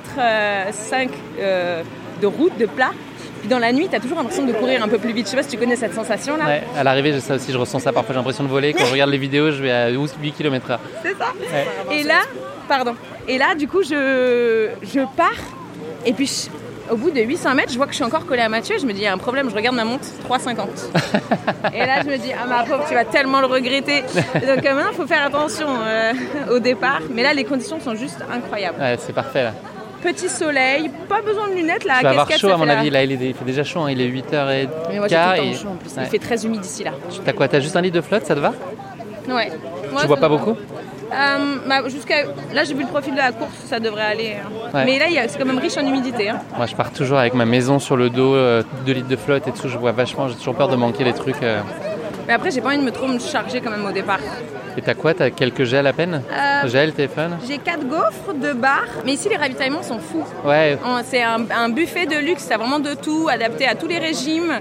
Speaker 3: 5 euh, de route, de plat. Puis dans la nuit, t'as toujours l'impression de courir un peu plus vite. Je sais pas si tu connais cette sensation là.
Speaker 2: Ouais, à l'arrivée, j'ai ça aussi, je ressens ça parfois, j'ai l'impression de voler. Quand je regarde les vidéos, je vais à 12, 8 km h
Speaker 3: C'est ça
Speaker 2: Ouais.
Speaker 3: Et là, pardon. Et là, du coup, je, je pars. Et puis, je- Au bout de 800 mètres, je vois que je suis encore collée à Mathieu. Je me dis, il y a un problème, je regarde ma montre, 3,50. Et là, je me dis, ah ma pauvre, tu vas tellement le regretter. Donc euh, maintenant, il faut faire attention euh, au départ. Mais là, les conditions sont juste incroyables.
Speaker 2: Ouais, c'est parfait là.
Speaker 3: Petit soleil, pas besoin de lunettes là.
Speaker 2: Tu vas avoir
Speaker 3: casquette,
Speaker 2: chaud
Speaker 3: Ah, ça
Speaker 2: à mon
Speaker 3: fait la-
Speaker 2: avis. Là, il, est- il fait déjà chaud. hein. Il est 8h15.
Speaker 3: Mais moi, j'ai tout le temps
Speaker 2: et...
Speaker 3: chaud en plus.
Speaker 2: Ouais.
Speaker 3: Il fait très humide ici là.
Speaker 2: T'as quoi T'as juste un litre de flotte, ça te va
Speaker 3: Ouais. Moi,
Speaker 2: Tu bois
Speaker 3: je-
Speaker 2: pas beaucoup
Speaker 3: Euh, bah, jusqu'à là j'ai vu le profil de la course, ça devrait aller. hein.
Speaker 2: Ouais.
Speaker 3: Mais là il y a- c'est quand même riche en humidité. hein.
Speaker 2: Moi, je pars toujours avec ma maison sur le dos, 2 litres de flotte et tout. Je bois vachement. J'ai toujours peur de manquer les trucs. euh.
Speaker 3: Mais après j'ai pas envie de me trop me charger quand même au départ.
Speaker 2: Et t'as quoi T'as quelques gels à peine
Speaker 3: Euh,
Speaker 2: Gel, téléphone
Speaker 3: J'ai quatre gaufres, deux bars, mais ici les ravitaillements sont fous.
Speaker 2: Ouais.
Speaker 3: On- C'est un, un buffet de luxe, ça a vraiment de tout, adapté à tous les régimes.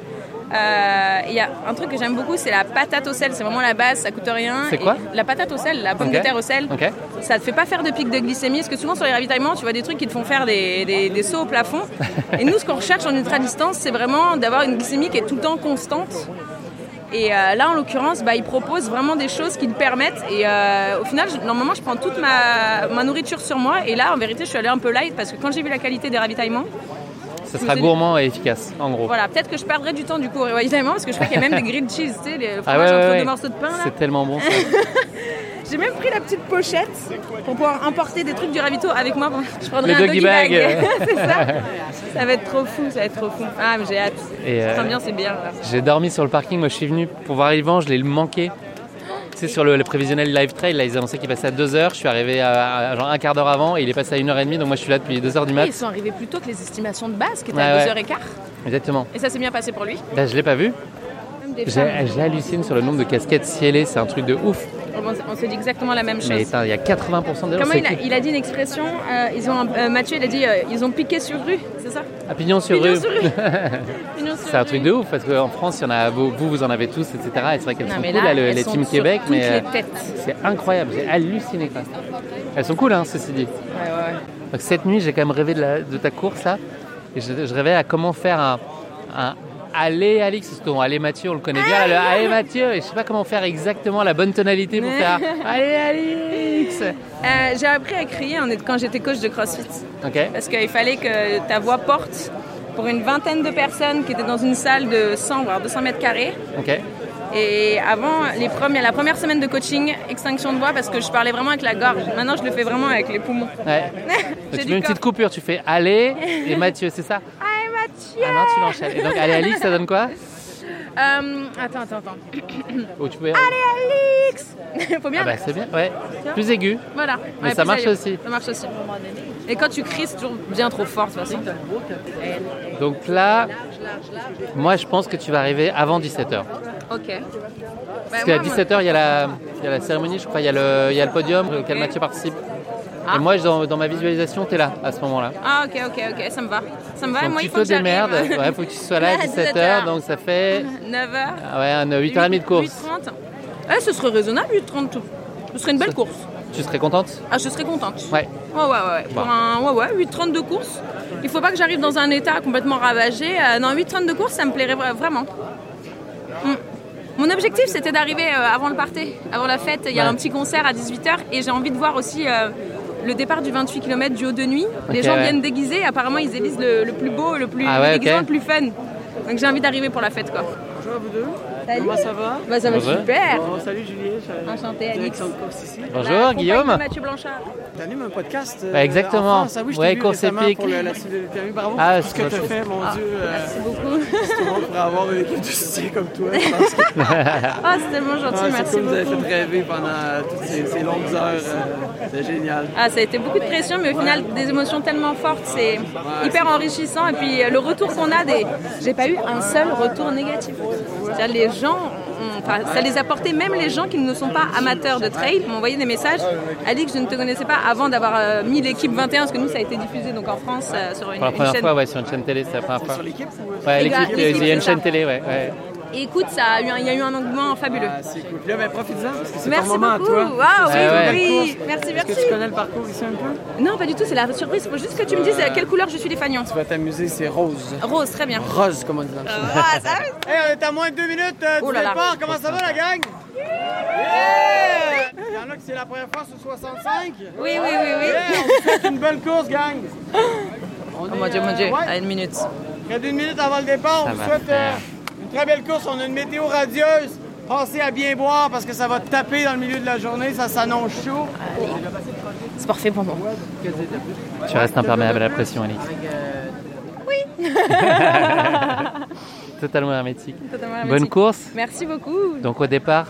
Speaker 3: Euh, Il y a un truc que j'aime beaucoup, c'est la patate au sel. C'est vraiment la base, ça coûte rien.
Speaker 2: C'est
Speaker 3: Et
Speaker 2: quoi
Speaker 3: La patate au sel, la pomme
Speaker 2: Ok.
Speaker 3: de terre au sel.
Speaker 2: Ok.
Speaker 3: Ça te fait pas faire de pic de glycémie parce que souvent sur les ravitaillements, tu vois des trucs qui te font faire des, des- des sauts au plafond. Et nous, ce qu'on recherche en ultra distance, c'est vraiment d'avoir une glycémie qui est tout le temps constante. Et euh, là, en l'occurrence, bah, ils proposent vraiment des choses qui le permettent. Et euh, au final, je- normalement, je prends toute ma, ma nourriture sur moi. Et là, en vérité, je suis allée un peu light parce que quand j'ai vu la qualité des ravitaillements, je
Speaker 2: Ça
Speaker 3: me
Speaker 2: sera
Speaker 3: suis dit-
Speaker 2: gourmand et efficace, en gros.
Speaker 3: Voilà, peut-être que je perdrais du temps du coup au ravitaillement parce que je crois qu'il y a même des grilled cheese, tu sais, les
Speaker 2: Ah
Speaker 3: fromages entre
Speaker 2: ouais, ouais,
Speaker 3: deux
Speaker 2: ouais.
Speaker 3: morceaux de pain. là.
Speaker 2: C'est tellement bon. ça.
Speaker 3: J'ai même pris la petite pochette pour pouvoir emporter des trucs du ravito avec moi. Je prendrai
Speaker 2: Le
Speaker 3: un
Speaker 2: doggy bag.
Speaker 3: c'est ça. Ça va être trop fou, ça va être trop fou. Ah, mais j'ai hâte.
Speaker 2: Et, euh,
Speaker 3: Cette ambiance est bien. là.
Speaker 2: J'ai dormi sur le parking, moi je suis venu pour voir Yvan, je l'ai manqué. Tu sais, sur le, le prévisionnel live trail, là ils annonçaient qu'il passait à 2h, je suis arrivé à, à genre un quart d'heure avant et il est passé à 1h30, donc moi je suis là depuis 2h
Speaker 3: Oui,
Speaker 2: du mat.
Speaker 3: Ils sont arrivés plus tôt que les estimations de base qui étaient
Speaker 2: Ouais,
Speaker 3: à
Speaker 2: ouais.
Speaker 3: 2h15.
Speaker 2: Exactement.
Speaker 3: Et ça s'est bien passé pour lui.
Speaker 2: Là je l'ai pas vu,
Speaker 3: Même des
Speaker 2: J'ai-
Speaker 3: femmes.
Speaker 2: j'hallucine sur le nombre de casquettes cielées, c'est un truc de ouf.
Speaker 3: On on se dit exactement la même chose.
Speaker 2: Mais putain, il y a 80% des gens,
Speaker 3: Comment
Speaker 2: c'est
Speaker 3: il a,
Speaker 2: qui
Speaker 3: il a dit une expression euh, ils ont, euh, Mathieu, il a dit euh, ils ont piqué sur rue, c'est ça
Speaker 2: Ah, pignon sur
Speaker 3: Pignon
Speaker 2: rue.
Speaker 3: sur rue. Pignon sur
Speaker 2: c'est un
Speaker 3: rue.
Speaker 2: truc de ouf parce qu'en France, il y en a, vous, vous, vous en avez tous, etc. Et c'est vrai qu'elles
Speaker 3: Non,
Speaker 2: sont
Speaker 3: mais
Speaker 2: cool,
Speaker 3: là,
Speaker 2: là, le-
Speaker 3: elles
Speaker 2: les
Speaker 3: sont
Speaker 2: teams
Speaker 3: sur
Speaker 2: Québec.
Speaker 3: toutes
Speaker 2: mais
Speaker 3: les
Speaker 2: euh,
Speaker 3: têtes.
Speaker 2: c'est incroyable, j'ai halluciné quoi. Elles sont cool, hein, ceci dit. Donc, cette nuit, j'ai quand même rêvé de, la- de ta course là. Et je, je rêvais à comment faire un. un Allez Alix, parce qu'on allez Mathieu, on le connaît bien, là, le Allez Mathieu, et je sais pas comment faire exactement la bonne tonalité pour faire Allez Alix
Speaker 3: Euh, J'ai appris à crier en- quand j'étais coach de CrossFit.
Speaker 2: Ok
Speaker 3: Parce qu'il fallait que ta voix porte pour une vingtaine de personnes qui étaient dans une salle de 100 voire 200 mètres carrés.
Speaker 2: Ok
Speaker 3: Et avant, les premières, la première semaine de coaching, extinction de voix parce que je parlais vraiment avec la gorge. Maintenant, je le fais vraiment avec les poumons.
Speaker 2: Ouais.
Speaker 3: J'ai
Speaker 2: Donc, tu
Speaker 3: du
Speaker 2: mets une
Speaker 3: corps.
Speaker 2: petite coupure, tu fais Allez et Mathieu, c'est ça
Speaker 3: Allez, Mathieu
Speaker 2: Ah non, tu l'enchaînes. Et donc Allez Alix, ça donne quoi
Speaker 3: Euh, attends, attends, attends.
Speaker 2: Oh, tu peux y aller.
Speaker 3: Allez, Alix Faut bien.
Speaker 2: Ah bah, c'est bien, ouais.
Speaker 3: Tiens.
Speaker 2: Plus aigu.
Speaker 3: Voilà.
Speaker 2: Mais ça
Speaker 3: plus
Speaker 2: marche
Speaker 3: aigu.
Speaker 2: aussi.
Speaker 3: Ça marche aussi. Et quand tu cries, c'est toujours bien trop fort, de toute façon.
Speaker 2: Donc là, moi je pense que tu vas arriver avant 17h.
Speaker 3: Bah, Ok. Bah,
Speaker 2: Parce qu'à 17h, il y, a la- il y a la cérémonie, je crois, il y, a le- il y a le podium auquel Mathieu participe. Et moi, dans, dans ma visualisation, t'es là à ce moment-là.
Speaker 3: Ah, ok, ok, ok, ça me va. Ça me va,
Speaker 2: donc
Speaker 3: moi,
Speaker 2: tu
Speaker 3: il faut
Speaker 2: te
Speaker 3: que j'arrive.
Speaker 2: démerdes, ouais, faut que tu sois là à 17h, donc ça fait
Speaker 3: 9h.
Speaker 2: ah ouais, un 8h30 de course.
Speaker 3: 8h30. Eh, ce serait raisonnable, 8h30 tout. Ce serait une belle course.
Speaker 2: Tu serais contente
Speaker 3: Ah, je serais contente.
Speaker 2: Ouais.
Speaker 3: Ouais, ouais, ouais.
Speaker 2: Bon.
Speaker 3: Pour un, ouais, ouais, 8h30 de course. Il faut pas que j'arrive dans un état complètement ravagé. Euh, non, 8h30 de course, ça me plairait vra- vraiment. Mm. Mon objectif, c'était d'arriver euh, avant le party, avant la fête. Il y a
Speaker 2: Ouais.
Speaker 3: un petit concert à 18h et j'ai envie de voir aussi euh, le départ du 28 km du haut de nuit. Les
Speaker 2: Ok,
Speaker 3: gens
Speaker 2: ouais.
Speaker 3: viennent déguisés. Apparemment, ils élisent le, le plus beau, le plus
Speaker 2: Ah ouais,
Speaker 3: déguisant,
Speaker 2: ok.
Speaker 3: le plus fun. Donc j'ai envie d'arriver pour la fête, quoi.
Speaker 19: Bonjour à vous deux.
Speaker 3: Salut.
Speaker 19: Comment ça va?
Speaker 3: Bah, ça va
Speaker 2: Bonjour.
Speaker 3: super.
Speaker 19: Bon, salut Juliette.
Speaker 3: Enchantée, Alix.
Speaker 19: Direction de course ici.
Speaker 2: Bonjour, La compagnie Guillaume. de
Speaker 3: Mathieu Blanchard.
Speaker 19: T'animes un podcast. euh,
Speaker 2: Bah, exactement.
Speaker 19: En France, ah oui, je t'ai
Speaker 2: Ouais,
Speaker 19: vu
Speaker 2: course
Speaker 19: récemment
Speaker 2: épique.
Speaker 19: Pour le- la solidarité. Bravo
Speaker 2: Ah,
Speaker 19: pour tout
Speaker 2: c'est
Speaker 19: ce que tu as
Speaker 2: autre
Speaker 19: fait,
Speaker 2: chose.
Speaker 19: mon
Speaker 2: Ah,
Speaker 19: Dieu. euh,
Speaker 3: Merci beaucoup.
Speaker 19: Tout le monde pourrait avoir une équipe de soutien comme toi. Je pense que...
Speaker 3: Ah, c'est tellement gentil,
Speaker 19: Ah,
Speaker 3: merci
Speaker 19: C'est cool, vous avez
Speaker 3: beaucoup.
Speaker 19: fait rêver pendant euh, toutes ces, ces longues heures. euh, C'est génial.
Speaker 3: Ah, ça a été beaucoup de pression, mais au final, des émotions tellement fortes, c'est hyper enrichissant. Et puis, euh, le retour qu'on a, des... j'ai pas eu un seul retour négatif. C'est-à-dire, les gens, ont- enfin, ça les a portés, même les gens qui ne sont pas amateurs de trail, m'ont envoyé des messages. Alix, je ne te connaissais pas avant d'avoir euh, mis l'équipe 21, parce que nous, ça a été diffusé donc en France euh, sur une,
Speaker 2: Pour la
Speaker 3: une
Speaker 2: première
Speaker 3: chaîne.
Speaker 2: fois, ouais, sur une chaîne télé, c'est la première fois. Ouais,
Speaker 3: Et
Speaker 2: l'équipe, euh,
Speaker 3: bah, l'équipe,
Speaker 2: il y a une
Speaker 3: c'est ça.
Speaker 2: chaîne télé, ouais. ouais.
Speaker 3: Et écoute, ça a eu un- il y a eu un engouement fabuleux.
Speaker 19: Là, ben, profite-en, parce que c'est
Speaker 3: Merci
Speaker 19: ton moment
Speaker 3: beaucoup.
Speaker 19: à toi.
Speaker 3: Waouh, oui,
Speaker 19: C'est ton
Speaker 3: oui,
Speaker 19: parcours.
Speaker 3: oui. Merci,
Speaker 19: Est-ce
Speaker 3: merci.
Speaker 19: que tu connais le parcours ici un peu?
Speaker 3: Non, pas du tout, c'est la surprise. Faut juste que tu me dises à quelle couleur je suis les fagnons.
Speaker 19: Tu vas t'amuser, c'est rose.
Speaker 3: Rose, ah, très bien. Euh, hein.
Speaker 19: Rose, Eh, comme on dit dans le film.
Speaker 3: Hey, on est à moins de deux minutes
Speaker 19: du départ. Comment ça va, la gang? Yeah! Il y en a qui c'est la première fois sur 65.
Speaker 3: Oui, oui, oui, oui.
Speaker 19: Yeah, on vous souhaite une bonne course, gang. On
Speaker 12: Oh mon Dieu,
Speaker 19: est,
Speaker 12: mon Dieu,
Speaker 19: euh, ouais.
Speaker 12: à une minute.
Speaker 11: Près d'une minute avant le départ,
Speaker 12: Ça
Speaker 11: on vous
Speaker 12: va
Speaker 11: souhaite
Speaker 12: faire.
Speaker 11: euh, une très belle course. On a une météo radieuse. Pensez à bien boire parce que ça va taper dans le milieu de la journée. Ça s'annonce chaud.
Speaker 12: C'est parfait pour moi.
Speaker 2: Tu restes imperméable à la pression, Alix.
Speaker 3: Oui.
Speaker 2: Totalement hermétique.
Speaker 3: Totalement
Speaker 2: Bonne
Speaker 3: hermétique.
Speaker 2: course.
Speaker 3: Merci beaucoup.
Speaker 2: Donc au départ,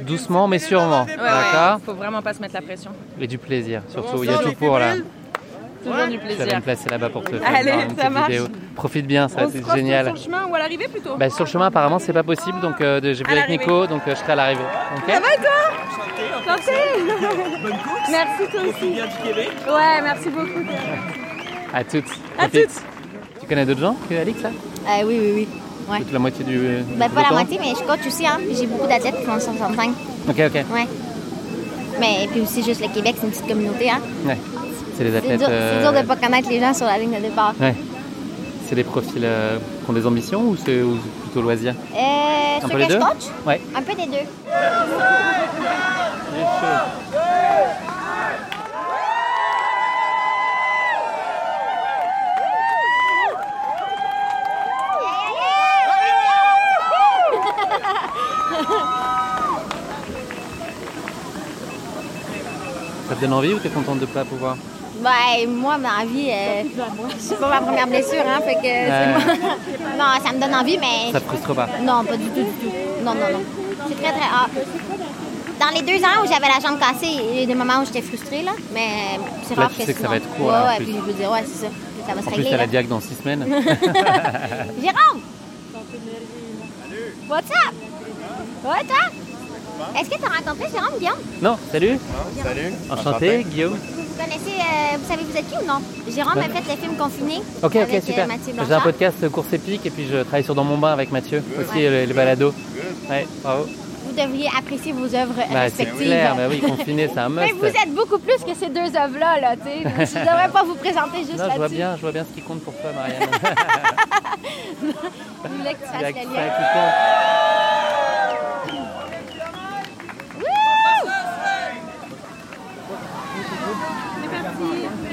Speaker 2: doucement mais sûrement.
Speaker 3: Ouais, ouais,
Speaker 2: D'accord
Speaker 3: faut vraiment pas se mettre la pression.
Speaker 2: Et du plaisir. Surtout,
Speaker 3: Comment
Speaker 2: il y a
Speaker 3: ça,
Speaker 2: tout
Speaker 3: les
Speaker 2: pour là.
Speaker 3: fébriles Toujours du
Speaker 2: Je vais
Speaker 3: plaisir.
Speaker 2: me placer là-bas pour te faire
Speaker 3: Allez,
Speaker 2: une petite
Speaker 3: ça marche.
Speaker 2: vidéo. Profite bien, ça
Speaker 3: On
Speaker 2: va
Speaker 3: se
Speaker 2: être
Speaker 3: croise
Speaker 2: génial.
Speaker 3: sur le chemin ou à l'arrivée plutôt
Speaker 2: Bah, sur le chemin, apparemment, c'est pas possible, donc euh, de- j'ai vu
Speaker 3: À
Speaker 2: avec Nico, donc euh, je serai à l'arrivée. Ok
Speaker 3: Ça va et toi Santé Bonne course Merci toi aussi Ouais, merci beaucoup
Speaker 2: À toutes.
Speaker 3: À
Speaker 2: Profite. Tu connais d'autres gens que Alix là
Speaker 6: Euh, oui, oui, oui. Ouais.
Speaker 2: Toute la moitié du. euh,
Speaker 6: Ben,
Speaker 2: du
Speaker 6: pas la
Speaker 2: peloton
Speaker 6: moitié, mais je coach aussi. Hein. J'ai beaucoup d'athlètes qui font 65.
Speaker 2: Ok, ok.
Speaker 6: Ouais. Mais puis aussi, juste le Québec, c'est une petite communauté. Hein.
Speaker 2: Ouais. C'est des
Speaker 6: C'est
Speaker 2: athlètes.
Speaker 6: dur, c'est dur de
Speaker 2: euh,
Speaker 6: ne pas connaître les gens sur la ligne de départ.
Speaker 2: Ouais. C'est des profils euh, qui ont des ambitions ou c'est ou plutôt loisirs
Speaker 6: Euh,
Speaker 2: Un
Speaker 6: ceux
Speaker 2: peu les
Speaker 6: que je
Speaker 2: deux
Speaker 6: coach
Speaker 2: Ouais.
Speaker 6: Un peu des deux.
Speaker 2: Ça te donne envie ou t'es contente de pas pouvoir
Speaker 6: Ben, moi, dans la vie, euh, c'est pas ma première blessure, hein, fait que
Speaker 2: Ouais.
Speaker 6: c'est moi. Non, ça me donne envie, mais...
Speaker 2: Ça te frustre pas
Speaker 6: Non, pas du tout, du tout. Non, non, non. C'est très, très rare. Dans les deux ans où j'avais la jambe cassée, il y a eu des moments où j'étais frustrée, là, mais c'est
Speaker 2: Là,
Speaker 6: rare
Speaker 2: tu
Speaker 6: que
Speaker 2: sais que ça
Speaker 6: sinon-
Speaker 2: va être court,
Speaker 6: Ouais,
Speaker 2: là, en
Speaker 6: ouais,
Speaker 2: plus.
Speaker 6: puis je veux dire, ouais, c'est ça. Ça va se
Speaker 2: En plus,
Speaker 6: régler,
Speaker 2: t'as la
Speaker 6: là.
Speaker 2: diac dans six semaines.
Speaker 6: Jérôme! What's up? Ouais, toi? Est-ce que tu as rencontré Jérôme, Guillaume?
Speaker 2: non, salut
Speaker 6: salut.
Speaker 2: Enchanté, Guillaume.
Speaker 6: Vous connaissez, euh, vous savez vous êtes qui ou non? Jérôme
Speaker 2: Non.
Speaker 6: a fait le film Confiné.
Speaker 2: Ben, Ok,
Speaker 6: avec, euh,
Speaker 2: ok, super.
Speaker 6: Mathieu
Speaker 2: J'ai un
Speaker 6: Blanchard.
Speaker 2: podcast euh, course épique et puis je travaille sur Dans mon bain avec Mathieu aussi, euh, les, balados. Ouais, bravo.
Speaker 6: Vous devriez apprécier vos œuvres
Speaker 2: Bah, c'est
Speaker 6: respectives.
Speaker 2: clair, bah oui, confiné, c'est un must.
Speaker 6: Mais vous êtes beaucoup plus que ces deux œuvres-là, là, tu sais. Je ne devrais pas vous présenter juste
Speaker 2: non, je vois
Speaker 6: là-dessus.
Speaker 2: bien, je vois bien ce qui compte pour toi, Marianne.
Speaker 6: Je voulais que tu fasses
Speaker 2: Il y a
Speaker 6: le
Speaker 2: que
Speaker 6: lien.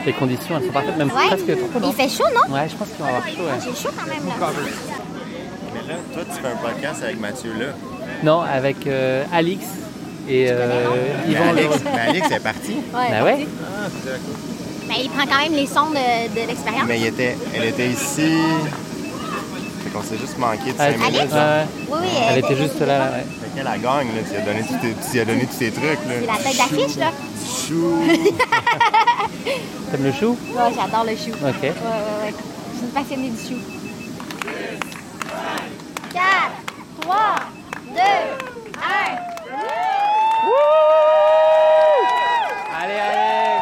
Speaker 2: Les conditions, elles sont parfaites, même
Speaker 6: Ouais.
Speaker 2: presque trop
Speaker 6: Il fait chaud, non? Ah,
Speaker 2: Ouais, je pense qu'on va avoir chaud. ouais.
Speaker 6: J'ai chaud quand même, là.
Speaker 20: Mais là, toi, tu fais un podcast avec Mathieu, là.
Speaker 2: Non, avec euh, Alix et euh,
Speaker 20: Mais
Speaker 2: Yvan.
Speaker 20: Alix,
Speaker 2: Leroy.
Speaker 20: mais Alix Ben, est parti. Ah,
Speaker 6: Ouais,
Speaker 2: Bah ouais.
Speaker 6: Mais il prend quand même les sons de, de l'expérience.
Speaker 20: Mais il était, elle était ici. Fait qu'on s'est juste manqué de
Speaker 2: Ah,
Speaker 20: 5 minutes.
Speaker 6: Alix?
Speaker 20: hein.
Speaker 6: Oui, oui, Elle elle était était juste
Speaker 2: là, là, Ah, ouais.
Speaker 20: Fait qu'elle a gagné, là. Tu lui as donné tous tes, tu lui as donné tous tes trucs, là.
Speaker 6: C'est la tête d'affiche, là.
Speaker 20: Chou.
Speaker 2: T'aimes le chou
Speaker 6: Ouais, j'adore le chou.
Speaker 2: Ok.
Speaker 6: Ouais, ouais, ouais. Je suis une passionnée du chou. 4, 3, 2, 1.
Speaker 2: Allez, allez!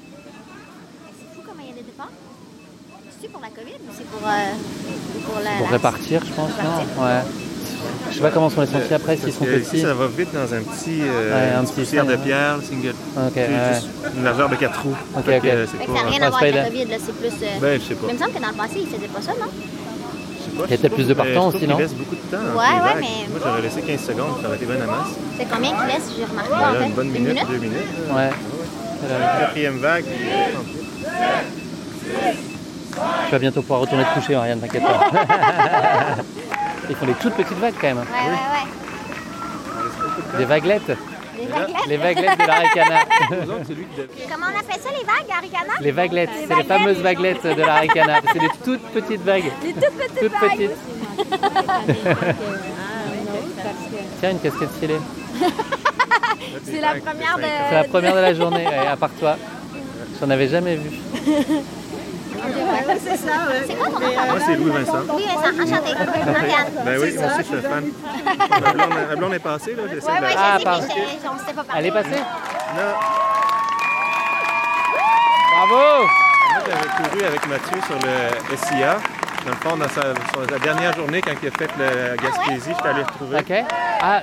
Speaker 6: C'est fou comment il y a des dépenses. C'est pour la COVID ou c'est pour, euh, pour la.
Speaker 2: Pour
Speaker 6: la-
Speaker 2: répartir, je pense, non Ouais. Je sais pas comment sont les sentiers après, s'ils sont
Speaker 20: Euh, Parce que
Speaker 2: petits.
Speaker 20: Ici, ça va vite dans un petit,
Speaker 2: Ouais,
Speaker 20: euh,
Speaker 2: un
Speaker 20: une
Speaker 2: petit
Speaker 20: poussière
Speaker 2: train,
Speaker 20: de
Speaker 2: ouais.
Speaker 20: pierre, single.
Speaker 2: Ok,
Speaker 20: C'est
Speaker 2: ouais.
Speaker 20: juste une largeur de 4 roues.
Speaker 2: Ok,
Speaker 20: Fait que,
Speaker 2: ok. Ah,
Speaker 20: euh,
Speaker 6: Fait
Speaker 20: C'est
Speaker 6: que
Speaker 20: pas...
Speaker 6: ça n'a rien à voir
Speaker 2: pas
Speaker 6: avec la
Speaker 2: là.
Speaker 6: COVID, là, c'est plus. euh,
Speaker 20: Ben, je sais pas.
Speaker 6: Mais il me semble que dans le passé, ils faisaient pas ça, non?
Speaker 2: Il y a peut-être
Speaker 20: Euh,
Speaker 2: plus de partants aussi, non?
Speaker 20: Il laisse beaucoup de temps. entre
Speaker 6: Ouais,
Speaker 20: les
Speaker 6: ouais,
Speaker 20: vagues.
Speaker 6: mais-
Speaker 20: Moi, j'aurais laissé 15 secondes, ça aurait été bonne amasse.
Speaker 6: C'est combien qu'ils laissent, j'ai remarqué,
Speaker 20: Voilà,
Speaker 6: en fait?
Speaker 20: Ben, une bonne minute, deux minutes.
Speaker 2: Ouais.
Speaker 20: Quatrième vague. puis, euh,
Speaker 2: Tu vas bientôt pouvoir retourner te coucher, Marianne, t'inquiète pas. Ils font des toutes petites vagues quand même.
Speaker 6: Ouais, ouais,
Speaker 2: Des vaguelettes.
Speaker 6: ouais. Les vaguelettes.
Speaker 2: Les vaguelettes de l'Aricana.
Speaker 6: Comment on appelle ça, les vagues, Aricana?
Speaker 2: les vaguelettes, c'est les fameuses vaguelettes de l'Aricana. C'est des toutes petites vagues.
Speaker 6: Les toutes petites
Speaker 2: Toutes
Speaker 6: vagues.
Speaker 2: petites. Tiens, une casquette stylée.
Speaker 6: C'est la première de.
Speaker 2: C'est la première de la journée, ouais, à part toi. J'en avais jamais vu.
Speaker 6: c'est ça, ouais. C'est quoi ton nom? pardon?
Speaker 20: Moi, c'est Louis-Vincent.
Speaker 6: Oui, Vincent, enchanté. Marianne.
Speaker 20: Ben oui, on sait que je suis fan. Ma blonde, ma blonde est passée, là.
Speaker 6: Ouais,
Speaker 20: j'essaie de
Speaker 6: ouais,
Speaker 20: la-
Speaker 6: je
Speaker 2: Ah,
Speaker 6: sais,
Speaker 2: pardon.
Speaker 6: mais je- on ne sait pas parler.
Speaker 2: Elle est passée
Speaker 20: Non.
Speaker 2: Bravo!
Speaker 20: Moi, j'avais couru avec Mathieu sur le SIA. Dans le fond, dans sa, sur la dernière journée, quand il a fait le Gaspésie, je suis allé le retrouver.
Speaker 2: OK. Ah,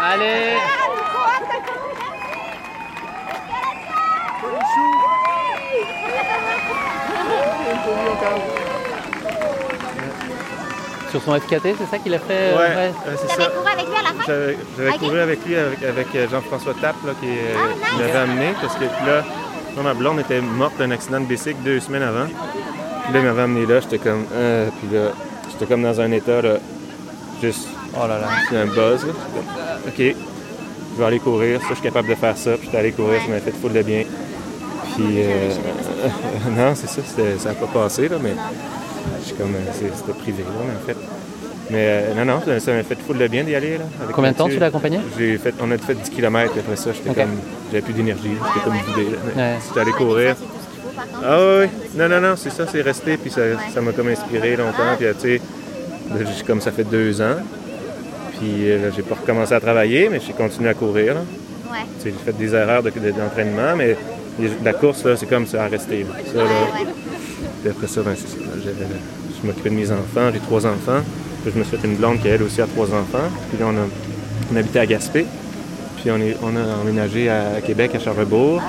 Speaker 2: allez! Sur son FKT, c'est ça qu'il a fait
Speaker 20: Ouais,
Speaker 2: euh,
Speaker 20: euh, c'est
Speaker 6: T'avais
Speaker 20: ça.
Speaker 6: couru avec lui à la fin?
Speaker 20: J'avais j'avais
Speaker 6: Ok.
Speaker 20: couru avec lui, avec, avec, euh, Jean-François Tapp, là, qui, euh,
Speaker 6: Ah, nice.
Speaker 20: qui m'avait amené, parce que puis là, moi, ma blonde était morte d'un accident de bicycle deux semaines avant. Puis là, il m'avait amené là, j'étais comme, euh, puis là, j'étais comme dans un état, là, juste, oh là là, c'est un buzz, là. J'étais comme, ok, je vais aller courir, ça, je suis capable de faire ça, puis j'étais allé courir, ça m'a fait full de bien. Puis, euh, non, c'est ça, c'était- ça n'a pas passé, là, mais je suis comme, euh, c'est- c'était privé, là, mais en fait. Mais euh, non, non, ça- ça m'a fait full de bien d'y aller, là. avec
Speaker 2: Combien de temps
Speaker 20: Mathieu.
Speaker 2: tu l'as accompagné?
Speaker 20: J'ai fait, on a fait 10 km après ça, j'étais
Speaker 2: Ok.
Speaker 20: comme, j'avais plus d'énergie, j'étais comme vidé, là. mais
Speaker 2: Ouais.
Speaker 20: j'étais allé courir. Ah oui, oui. non, non, non, c'est ça, c'est resté, puis ça ça m'a comme inspiré longtemps, puis euh, tu sais, là, j'ai- comme ça fait deux ans, puis euh, là, j'ai pas recommencé à travailler, mais j'ai continué à courir, là. Tu sais, J'ai fait des erreurs de- de- d'entraînement, mais les- la course, là, c'est comme ça, à rester, là. Ça, là. Puis après ça, ben, c'est ça, là, j'avais- je m'occupais de mes enfants, j'ai trois enfants, puis je me suis fait une blonde qui, elle aussi, a trois enfants, puis là, on, a- on habitait à Gaspé, puis on, est, on a emménagé à, à Québec, à Charlebourg.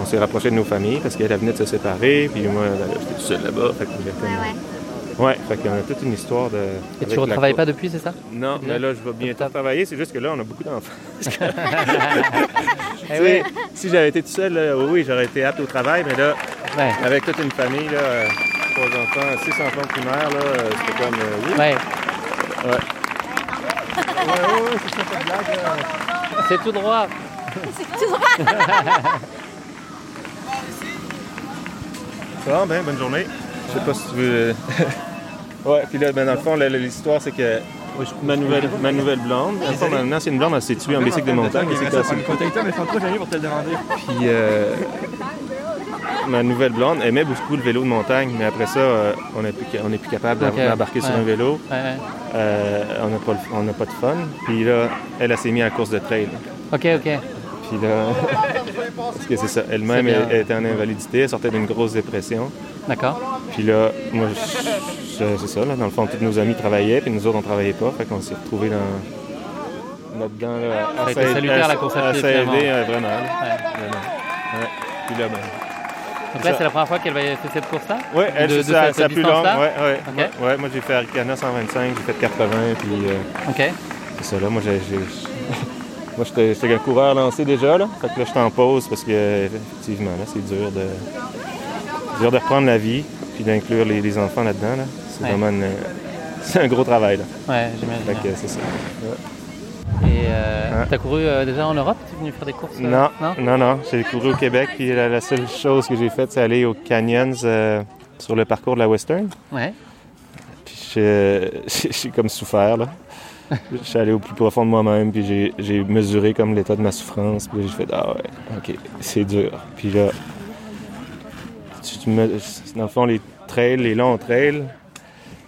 Speaker 20: On s'est rapproché de nos familles parce qu'elle elle venait de se séparer, puis moi, ben, j'étais tout seul là-bas. Fait que j'avais comme- Ouais, fait qu'on a toute une histoire de.
Speaker 2: Et
Speaker 20: avec
Speaker 2: tu
Speaker 20: la
Speaker 2: retravailles
Speaker 20: cour-
Speaker 2: pas depuis, c'est ça
Speaker 20: Non, mais là, je vais bientôt travailler, c'est juste que là, on a beaucoup d'enfants. Tu sais,
Speaker 2: Eh oui.
Speaker 20: Si j'avais été tout seul, là, oh oui, oui, j'aurais été apte au travail, mais là, avec toute une famille, là, euh, trois enfants, six enfants primaires, là, euh, c'était comme. euh, oui.
Speaker 2: Ouais.
Speaker 20: Ouais.
Speaker 2: C'est tout droit.
Speaker 8: C'est tout droit.
Speaker 20: Bon, ben, bonne journée. Je sais pas si tu veux. euh, ouais, puis là, ben, dans le fond, là, l'histoire, c'est que ma nouvelle, ma nouvelle blonde, dans le fond, maintenant, c'est une blonde, elle s'est tuée en bicycle de montagne, et c'est cassée le cou.
Speaker 12: mais sans trop gêner pour te le demander.
Speaker 20: Puis euh, ma nouvelle blonde aimait beaucoup le vélo de montagne, mais après ça, euh, on n'est plus, ca- on est plus capable
Speaker 2: Ok,
Speaker 20: d'embarquer sur
Speaker 2: ouais.
Speaker 20: un vélo.
Speaker 2: Ouais, ouais.
Speaker 20: Euh, on n'a pas, le- on n'a pas de fun. Puis là, elle, elle s'est mise à la course de trail.
Speaker 2: Ok, ok.
Speaker 20: Puis là, parce que c'est ça, elle-même
Speaker 2: C'est bien.
Speaker 20: elle, elle était en invalidité, elle sortait d'une grosse dépression.
Speaker 2: D'accord.
Speaker 20: Puis là, moi, je- je- c'est ça, là, dans le fond, tous nos amis travaillaient, puis nous autres, on travaillait pas, fait qu'on s'est retrouvés dans, là-dedans, là,
Speaker 2: Ça a été
Speaker 20: s'aider-
Speaker 2: salutaire, la course à pied,
Speaker 20: s'aider,
Speaker 2: finalement.
Speaker 20: euh, vraiment, là. Vraiment. Ouais. Puis là, ben,
Speaker 2: Donc
Speaker 20: ça.
Speaker 2: là, c'est la première fois qu'elle va faire cette course-là
Speaker 20: Oui, elle,
Speaker 2: De-
Speaker 20: c'est
Speaker 2: de
Speaker 20: ça,
Speaker 2: cette
Speaker 20: c'est la plus longue.
Speaker 2: distance-là
Speaker 20: Ouais, ouais,
Speaker 2: Ok.
Speaker 20: ouais, ouais. moi, j'ai fait Arcana 125, j'ai fait 80, puis. euh,
Speaker 2: Ok.
Speaker 20: C'est ça, là. Moi, j'ai. j'ai- moi, j'étais j'étais un coureur lancé déjà, là. Fait que là, je t'en pause parce que, euh, effectivement, là, c'est dur de. dur de reprendre la vie, puis d'inclure les, les enfants là-dedans, là. C'est
Speaker 2: Ouais.
Speaker 20: vraiment une- C'est un gros travail, là.
Speaker 2: Ouais, j'imagine,
Speaker 20: Fait que
Speaker 2: ouais.
Speaker 20: c'est ça.
Speaker 2: Et euh, t'as couru euh, déjà en Europe Tu es venu faire des courses euh,
Speaker 20: Non, non, non. J'ai couru au Québec, puis la, la seule chose que j'ai faite, c'est aller aux Canyons euh, sur le parcours de la Western.
Speaker 2: Ouais.
Speaker 20: Puis je- j'ai j'ai comme souffert, là. Je suis allé au plus profond de moi-même, puis j'ai- j'ai mesuré comme l'état de ma souffrance, puis j'ai fait Ah ouais, ok, c'est dur. Puis là, tu, tu me- dans le fond, les trails, les longs trails,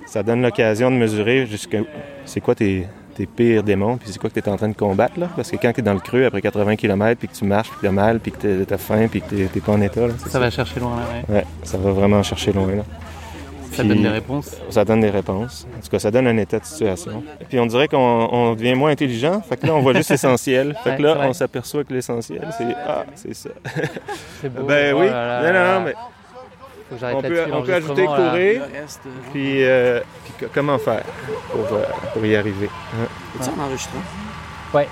Speaker 20: ça donne l'occasion de mesurer jusqu'à c'est quoi tes, tes pires démons, puis c'est quoi que tu es en train de combattre. Là? Parce que quand tu es dans le creux après 80 km, puis que tu marches, puis que tu mal, puis que tu as faim, puis que tu pas en état. là, c'est
Speaker 2: Ça va chercher loin, là, ouais.
Speaker 20: Ouais, ça va vraiment chercher loin. Là.
Speaker 2: Ça donne des réponses.
Speaker 20: Ça donne des réponses. En tout cas, ça donne un état de situation. Puis on dirait qu'on on devient moins intelligent. Fait que là, on voit juste l'essentiel. Fait que
Speaker 2: Ouais,
Speaker 20: là,
Speaker 2: c'est vrai.
Speaker 20: on s'aperçoit que l'essentiel, c'est ah, c'est ça.
Speaker 2: C'est beau.
Speaker 20: Ben
Speaker 2: Oh
Speaker 20: oui.
Speaker 2: là
Speaker 20: non,
Speaker 2: là là
Speaker 20: non, non,
Speaker 2: là.
Speaker 20: mais
Speaker 2: Faut que j'arrête
Speaker 20: on peut,
Speaker 2: là-dessus,
Speaker 20: on peut ajouter
Speaker 2: l'enregistrement, là.
Speaker 20: courir,
Speaker 2: Le reste, euh,
Speaker 20: puis, euh, puis que- comment faire pour, euh, pour y arriver. hein.
Speaker 2: Ouais. Ouais.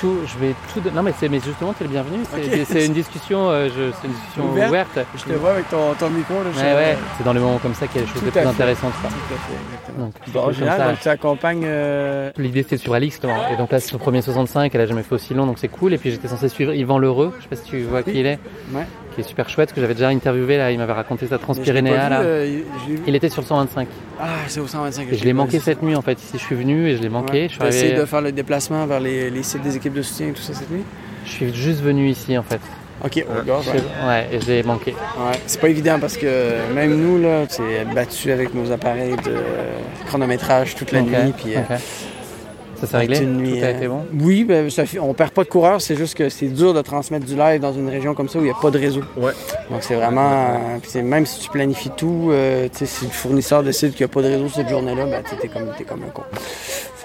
Speaker 2: Tout, je vais tout. don- Non, mais c'est mais justement, t'es le bienvenu. C'est
Speaker 19: Ok.
Speaker 2: c'est une discussion, euh, je- c'est une discussion ouverte.
Speaker 19: Je te vois avec ton, ton micro. Là, je-
Speaker 2: Ouais, ouais. C'est dans les moments comme ça qu'il y a les choses
Speaker 19: Tout
Speaker 2: les plus
Speaker 19: à fait.
Speaker 2: intéressantes. quoi.
Speaker 19: Tout à fait, exactement.
Speaker 2: Donc,
Speaker 19: Bon, en
Speaker 2: comme
Speaker 19: général,
Speaker 2: ça.
Speaker 19: donc, tu accompagnes. euh,
Speaker 2: L'idée c'était sur Alix, justement. Et donc là, c'est son premier 65, elle a jamais fait aussi long, donc c'est cool. Et puis j'étais censé suivre Yvan Lheureux, je sais pas si tu vois qui il est,
Speaker 19: Ouais.
Speaker 2: qui est super chouette, que j'avais déjà interviewé là, il m'avait raconté sa
Speaker 19: Mais je
Speaker 2: transpyrénéa
Speaker 19: l'ai pas
Speaker 2: là.
Speaker 19: vu, euh, je l'ai vu.
Speaker 2: Il était sur le 125.
Speaker 19: Ah, c'est au 125.
Speaker 2: Et je l'ai manqué cette nuit en fait. Ici, je suis venu et je l'ai manqué. Je, suis
Speaker 19: Tu as essayé
Speaker 2: arrivé-
Speaker 19: Bah,
Speaker 2: euh,
Speaker 19: de faire le déplacement vers les, les sites des équipes de soutien et tout ça cette nuit
Speaker 2: je suis juste venu ici en fait. Euh,
Speaker 19: Ok, on regarde,
Speaker 2: Je-
Speaker 19: ouais.
Speaker 2: Ouais, et je l'ai manqué.
Speaker 19: Ouais, c'est pas évident parce que même nous, là, c'est battu avec nos appareils de chronométrage toute la
Speaker 2: Ok,
Speaker 19: nuit. Puis,
Speaker 2: ok. Ça s'est réglé?
Speaker 19: toute une
Speaker 2: Tout a été bon?
Speaker 19: Oui, ben, ça fait- on perd pas de coureurs, c'est juste que c'est dur de transmettre du live dans une région comme ça où il n'y a pas de réseau. Donc c'est vraiment. euh, puis c'est- même si tu planifies tout, euh, tu sais, si le fournisseur décide qu'il n'y a pas de réseau cette journée-là, ben, tu sais, t'es comme, t'es comme un con.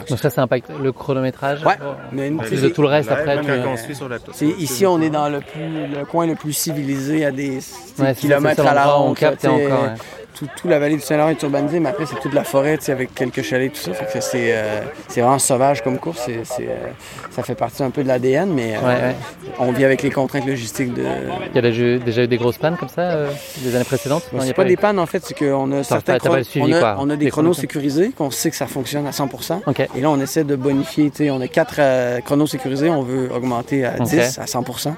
Speaker 2: Donc ça, ça impacte le chronométrage. Euh,
Speaker 19: Ouais,
Speaker 2: En plus de tout le reste après. euh, tu-
Speaker 19: C'est- ici, on est dans le, plus, le coin le plus civilisé à des tu
Speaker 2: Ouais,
Speaker 19: sais,
Speaker 2: c'est ça,
Speaker 19: kilomètres
Speaker 2: c'est ça,
Speaker 19: à la
Speaker 2: l'endroit où on
Speaker 19: ronde. là,
Speaker 2: capte,
Speaker 19: tu sais.
Speaker 2: encore, ouais.
Speaker 19: tout, tout la vallée du Saint-Laurent est urbanisée, mais après, c'est toute la forêt, tu sais, avec quelques chalets, tout ça. Fait que c'est, euh, c'est vraiment sauvage comme course. C'est, c'est, euh, ça fait partie un peu de l'ADN, mais euh,
Speaker 2: Ouais, ouais.
Speaker 19: on vit avec les contraintes logistiques de.
Speaker 2: Il y a déjà eu- déjà eu des grosses pannes comme ça euh, des années précédentes
Speaker 19: Bon,
Speaker 2: Non, il y
Speaker 19: c'est
Speaker 2: a
Speaker 19: pas
Speaker 2: eu.
Speaker 19: des pannes, en fait, c'est qu'on a
Speaker 2: T'as
Speaker 19: certains
Speaker 2: pas- t'as pas le suivi,
Speaker 19: on, a,
Speaker 2: quoi.
Speaker 19: on a des
Speaker 2: Les
Speaker 19: chronos
Speaker 2: conditions.
Speaker 19: sécurisés qu'on sait que ça fonctionne à 100 Et là, on essaie de bonifier. tu sais, On a quatre euh, chronos sécurisés, on veut augmenter à
Speaker 2: Ok.
Speaker 19: 10, à 100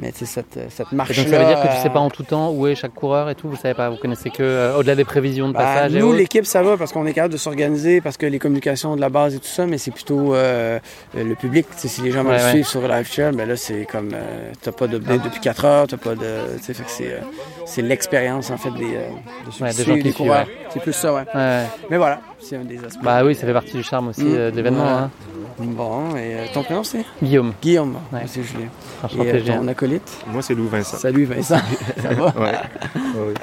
Speaker 19: Mais tu sais, cette, cette marche euh,
Speaker 2: Et donc ça veut dire que tu sais pas en tout temps où est chaque coureur et tout, vous savez pas, vous connaissez que euh, au-delà des prévisions de
Speaker 19: Bah,
Speaker 2: passage et
Speaker 19: nous,
Speaker 2: autres.
Speaker 19: l'équipe, ça va parce qu'on est capable de s'organiser, parce que les communications de la base et tout ça, mais c'est plutôt euh, euh, le public. Tu sais, si les gens me
Speaker 2: Ouais, Ah. ouais.
Speaker 19: suivent sur live chat, ben là, c'est comme euh, t'as pas d'update depuis 4 heures, t'as pas de. tu sais, fait que c'est, euh, c'est l'expérience en fait des, euh, de ceux
Speaker 2: Ouais,
Speaker 19: qui
Speaker 2: des gens qui
Speaker 19: suivent, des
Speaker 2: suivent,
Speaker 19: coureurs.
Speaker 2: ouais.
Speaker 19: C'est plus ça, ouais.
Speaker 2: Ouais.
Speaker 19: Mais voilà, c'est un des aspects.
Speaker 2: Bah oui, ça fait partie du charme aussi
Speaker 19: Mm.
Speaker 2: euh, de l'événement.
Speaker 19: Ouais.
Speaker 2: hein.
Speaker 19: Bon, et euh, ton prénom c'est
Speaker 2: Guillaume.
Speaker 19: Guillaume, Moi, c'est Julien.
Speaker 2: Franchement,
Speaker 19: Et euh,
Speaker 2: plaisir.
Speaker 19: ton acolyte
Speaker 20: Moi, c'est Lou Vincent.
Speaker 19: Salut Vincent, ça va
Speaker 20: Ouais.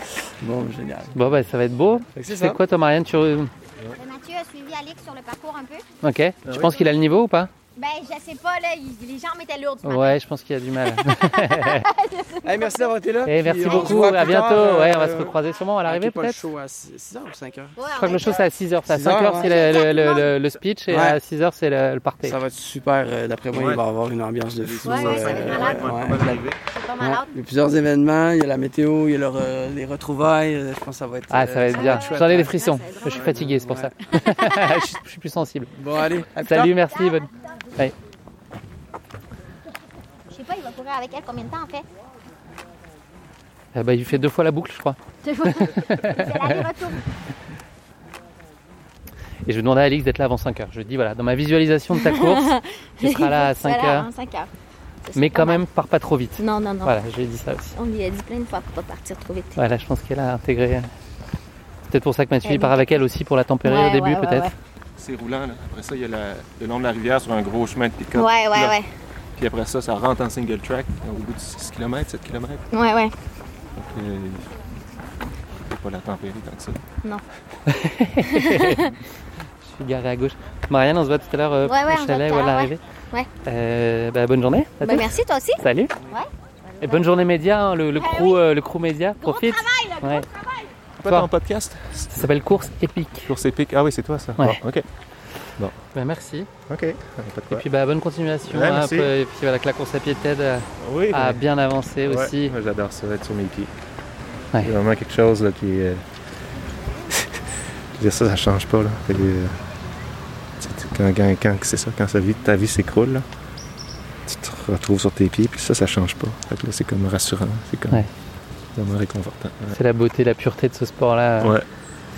Speaker 19: Bon, génial.
Speaker 2: Bon bah ça va être beau.
Speaker 19: Fait que c'est
Speaker 2: C'est
Speaker 19: ça.
Speaker 2: quoi toi Marianne tu... re-
Speaker 6: Mathieu a suivi Alix sur le parcours un peu.
Speaker 2: Ok.
Speaker 19: Bah
Speaker 2: tu
Speaker 6: oui.
Speaker 2: penses qu'il a le niveau ou pas
Speaker 6: Ben, je sais pas, là, il- les jambes étaient lourdes. ce matin.
Speaker 2: Ouais, je pense qu'il a du mal.
Speaker 19: Hey, merci d'avoir été là.
Speaker 2: Eh,
Speaker 19: puis
Speaker 2: merci
Speaker 19: on se
Speaker 2: beaucoup,
Speaker 19: voit
Speaker 2: à
Speaker 19: plus tard,
Speaker 2: bientôt.
Speaker 19: euh,
Speaker 2: Ouais, on va se recroiser sûrement à l'arrivée,
Speaker 19: manquez pas le
Speaker 2: peut-être.
Speaker 19: show à 6h ou 5h
Speaker 2: Je crois que le show c'est à 6h, c'est à
Speaker 19: 6 heures,
Speaker 2: 5h c'est
Speaker 19: ouais.
Speaker 2: le, le- le- le- le speech et
Speaker 19: Ouais.
Speaker 2: à 6h c'est le, le party.
Speaker 19: Ça va être super. euh, D'après moi, il va y avoir une ambiance de fou. euh,
Speaker 6: Ouais, ouais, ça va être malade.
Speaker 19: ouais,
Speaker 6: Ouais,
Speaker 19: ouais. Ouais. Il y a plusieurs événements. Il y a la météo, il y a leur, euh, les retrouvailles. euh, Je pense que ça va être.
Speaker 2: Ah ça va être bien.
Speaker 19: chouette,
Speaker 2: J'en ai
Speaker 19: ouais.
Speaker 2: des frissons. Je suis fatigué, c'est pour ça. je, suis, je suis plus sensible.
Speaker 19: Bon allez. à plus
Speaker 2: Salut,
Speaker 19: tard.
Speaker 2: merci. Bonne... Ouais.
Speaker 6: Je sais pas, il va courir avec elle combien de temps, en fait.
Speaker 2: Ah bah, il fait deux fois la boucle, je crois.
Speaker 6: Deux fois. C'est l'aller-retour.
Speaker 2: Et je vais demander à Alix d'être là avant 5h. Je lui dis, voilà, dans ma visualisation de ta course, tu seras là à
Speaker 6: Il faut que tu sois là avant
Speaker 2: 5h.
Speaker 6: 5 heures. Ce serait
Speaker 2: Mais
Speaker 6: pas
Speaker 2: quand
Speaker 6: mal.
Speaker 2: même, pars pas trop vite.
Speaker 6: Non, non, non.
Speaker 2: Voilà, je lui ai dit ça aussi.
Speaker 6: On lui a dit plein de fois pour pas partir trop vite.
Speaker 2: Voilà, je pense qu'elle a intégré. C'est peut-être pour ça que Mathieu
Speaker 6: Elle
Speaker 2: il part avec elle aussi pour la tempérer
Speaker 6: Ouais,
Speaker 2: au début,
Speaker 6: ouais, ouais,
Speaker 2: peut-être.
Speaker 6: ouais.
Speaker 20: C'est roulant, là. Après ça, il y a la- le long de la rivière sur un gros chemin de pick-up.
Speaker 6: Ouais, ouais,
Speaker 20: là.
Speaker 6: ouais.
Speaker 20: Puis après ça, ça rentre en single track au bout de 6 km, 7 km.
Speaker 6: Ouais, ouais.
Speaker 20: Donc, euh, faut pas la tempérer tant que ça.
Speaker 6: Non.
Speaker 2: Je suis garé à gauche. Marianne, on se voit tout à l'heure euh,
Speaker 6: Ouais, ouais, on se
Speaker 2: au
Speaker 6: voit
Speaker 2: chalet
Speaker 6: tout
Speaker 2: ou
Speaker 6: à
Speaker 2: à
Speaker 6: l'heure,
Speaker 2: l'arrivée.
Speaker 6: ouais.
Speaker 2: Euh, bah, bonne journée. à
Speaker 6: Ben,
Speaker 2: tous.
Speaker 6: merci, toi aussi.
Speaker 2: Salut.
Speaker 6: Ouais. Ah
Speaker 2: Et bonne journée média, hein, le, le crew, euh, le crew média. Profite. Ouais.
Speaker 20: Pas
Speaker 2: Toi.
Speaker 20: ton podcast?
Speaker 2: Ça s'appelle Course épique.
Speaker 20: Course épique. Ah oui, c'est toi ça.
Speaker 2: Ouais.
Speaker 20: Bon, ok. Bon.
Speaker 2: Bah, merci.
Speaker 20: Ok. Ah, Pas de
Speaker 2: Et
Speaker 20: quoi.
Speaker 2: puis bah, bonne continuation.
Speaker 20: Ouais,
Speaker 2: hein,
Speaker 20: merci.
Speaker 2: après, et puis voilà, que la course à pied t'aide à,
Speaker 20: Oui,
Speaker 2: euh, à
Speaker 20: ouais.
Speaker 2: bien avancer
Speaker 20: Ouais,
Speaker 2: aussi.
Speaker 20: moi, j'adore ça, être sur mes pieds. C'est vraiment quelque chose là, qui. euh, je veux dire, ça, ça change pas. Là. Fait que, euh, tu sais, tu- quand quand, quand c'est ça, quand sa vie- ta vie s'écroule, là, tu te retrouves sur tes pieds, puis ça, ça change pas. Fait que là, c'est comme rassurant. C'est comme
Speaker 2: Ouais.
Speaker 20: vraiment réconfortant.
Speaker 2: C'est la beauté, la pureté de ce sport-là.
Speaker 20: Ouais.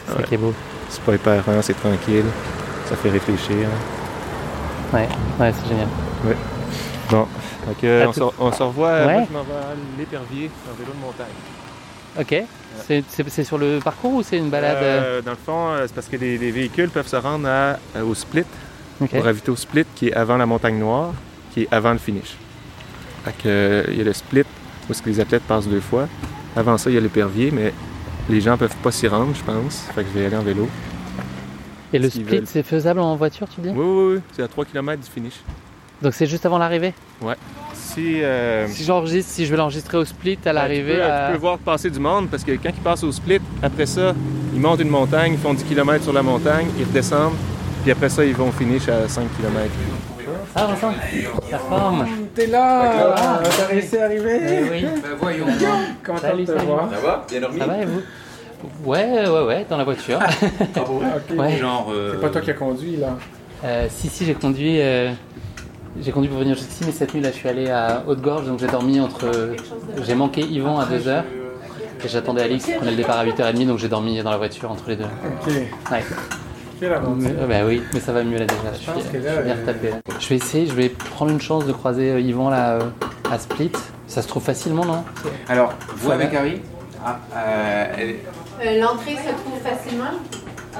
Speaker 2: C'est ça
Speaker 20: Ouais.
Speaker 2: qui est beau.
Speaker 20: C'est pas hyper, hein, c'est tranquille. Ça fait réfléchir.
Speaker 2: Ouais, ouais c'est génial.
Speaker 20: Ouais. Bon, Fait que,
Speaker 2: À
Speaker 20: on,
Speaker 2: tout-
Speaker 20: se, on se revoit. euh,
Speaker 2: Ouais.
Speaker 20: Moi, je m'en vais à l'épervier, un vélo de montagne.
Speaker 2: Ok. C'est- C'est c'est sur le parcours ou c'est une balade euh,
Speaker 20: Euh, dans le fond, euh, c'est parce que les, les véhicules peuvent se rendre à- euh, au split,
Speaker 2: Ok.
Speaker 20: au ravito split qui est avant la montagne noire, qui est avant le finish. Fait que, euh, il y a le split où est-ce que les athlètes passent deux fois. Avant ça, il y a l'épervier, mais les gens peuvent pas s'y rendre, je pense. Fait que je vais y aller en vélo.
Speaker 2: Et le
Speaker 20: s'ils
Speaker 2: split,
Speaker 20: veulent.
Speaker 2: c'est faisable en voiture, tu dis
Speaker 20: Oui, oui, oui. C'est à 3 km du finish.
Speaker 2: Donc c'est juste avant l'arrivée
Speaker 20: Ouais. Si, euh,
Speaker 2: Si j'enregistre, si je veux l'enregistrer au split à
Speaker 20: Ben,
Speaker 2: l'arrivée.
Speaker 20: Tu peux,
Speaker 2: à-
Speaker 20: tu peux voir passer du monde parce que quand ils passent au split, après ça, ils montent une montagne, ils font 10 km sur la montagne, ils redescendent, puis après ça, ils vont finish à 5 km.
Speaker 2: Ah, Vincent, la forme.
Speaker 19: Mmh,
Speaker 2: Eh
Speaker 19: T'es là. Ah, T'as réussi à arriver.
Speaker 2: oui.
Speaker 19: voyons. Comment
Speaker 2: Salut,
Speaker 19: te
Speaker 2: salut.
Speaker 19: voir
Speaker 2: Ça
Speaker 4: Bah, va Bien dormi
Speaker 2: Ça va et vous Ouais, ouais, ouais, dans la voiture.
Speaker 19: Ah, ok.
Speaker 2: Ouais.
Speaker 4: Genre, euh,
Speaker 19: C'est pas toi qui as conduit là.
Speaker 2: Euh, si, si, j'ai conduit. euh, J'ai conduit pour venir jusqu'ici, mais cette nuit là je suis allé à Haute-Gorge, donc j'ai dormi entre. J'ai manqué Yvon à 2h et j'attendais Alix qui prenait le départ à 8h30, donc j'ai dormi dans la voiture entre les deux.
Speaker 4: Ah.
Speaker 19: Ok.
Speaker 2: Ouais.
Speaker 19: Quelle aventure.
Speaker 2: Mais- bah oui, mais ça va mieux là déjà. Je, suis,
Speaker 19: pense que
Speaker 2: je
Speaker 19: là,
Speaker 2: suis bien
Speaker 19: euh,
Speaker 2: retapé. là. Je vais essayer, je vais prendre une chance de croiser euh, Yvon là euh, à Split. Ça se trouve facilement, non
Speaker 4: Alors,
Speaker 2: Ça
Speaker 4: vous avec
Speaker 2: va.
Speaker 4: Harry Ah, euh, elle-
Speaker 21: Euh, L'entrée se trouve facilement,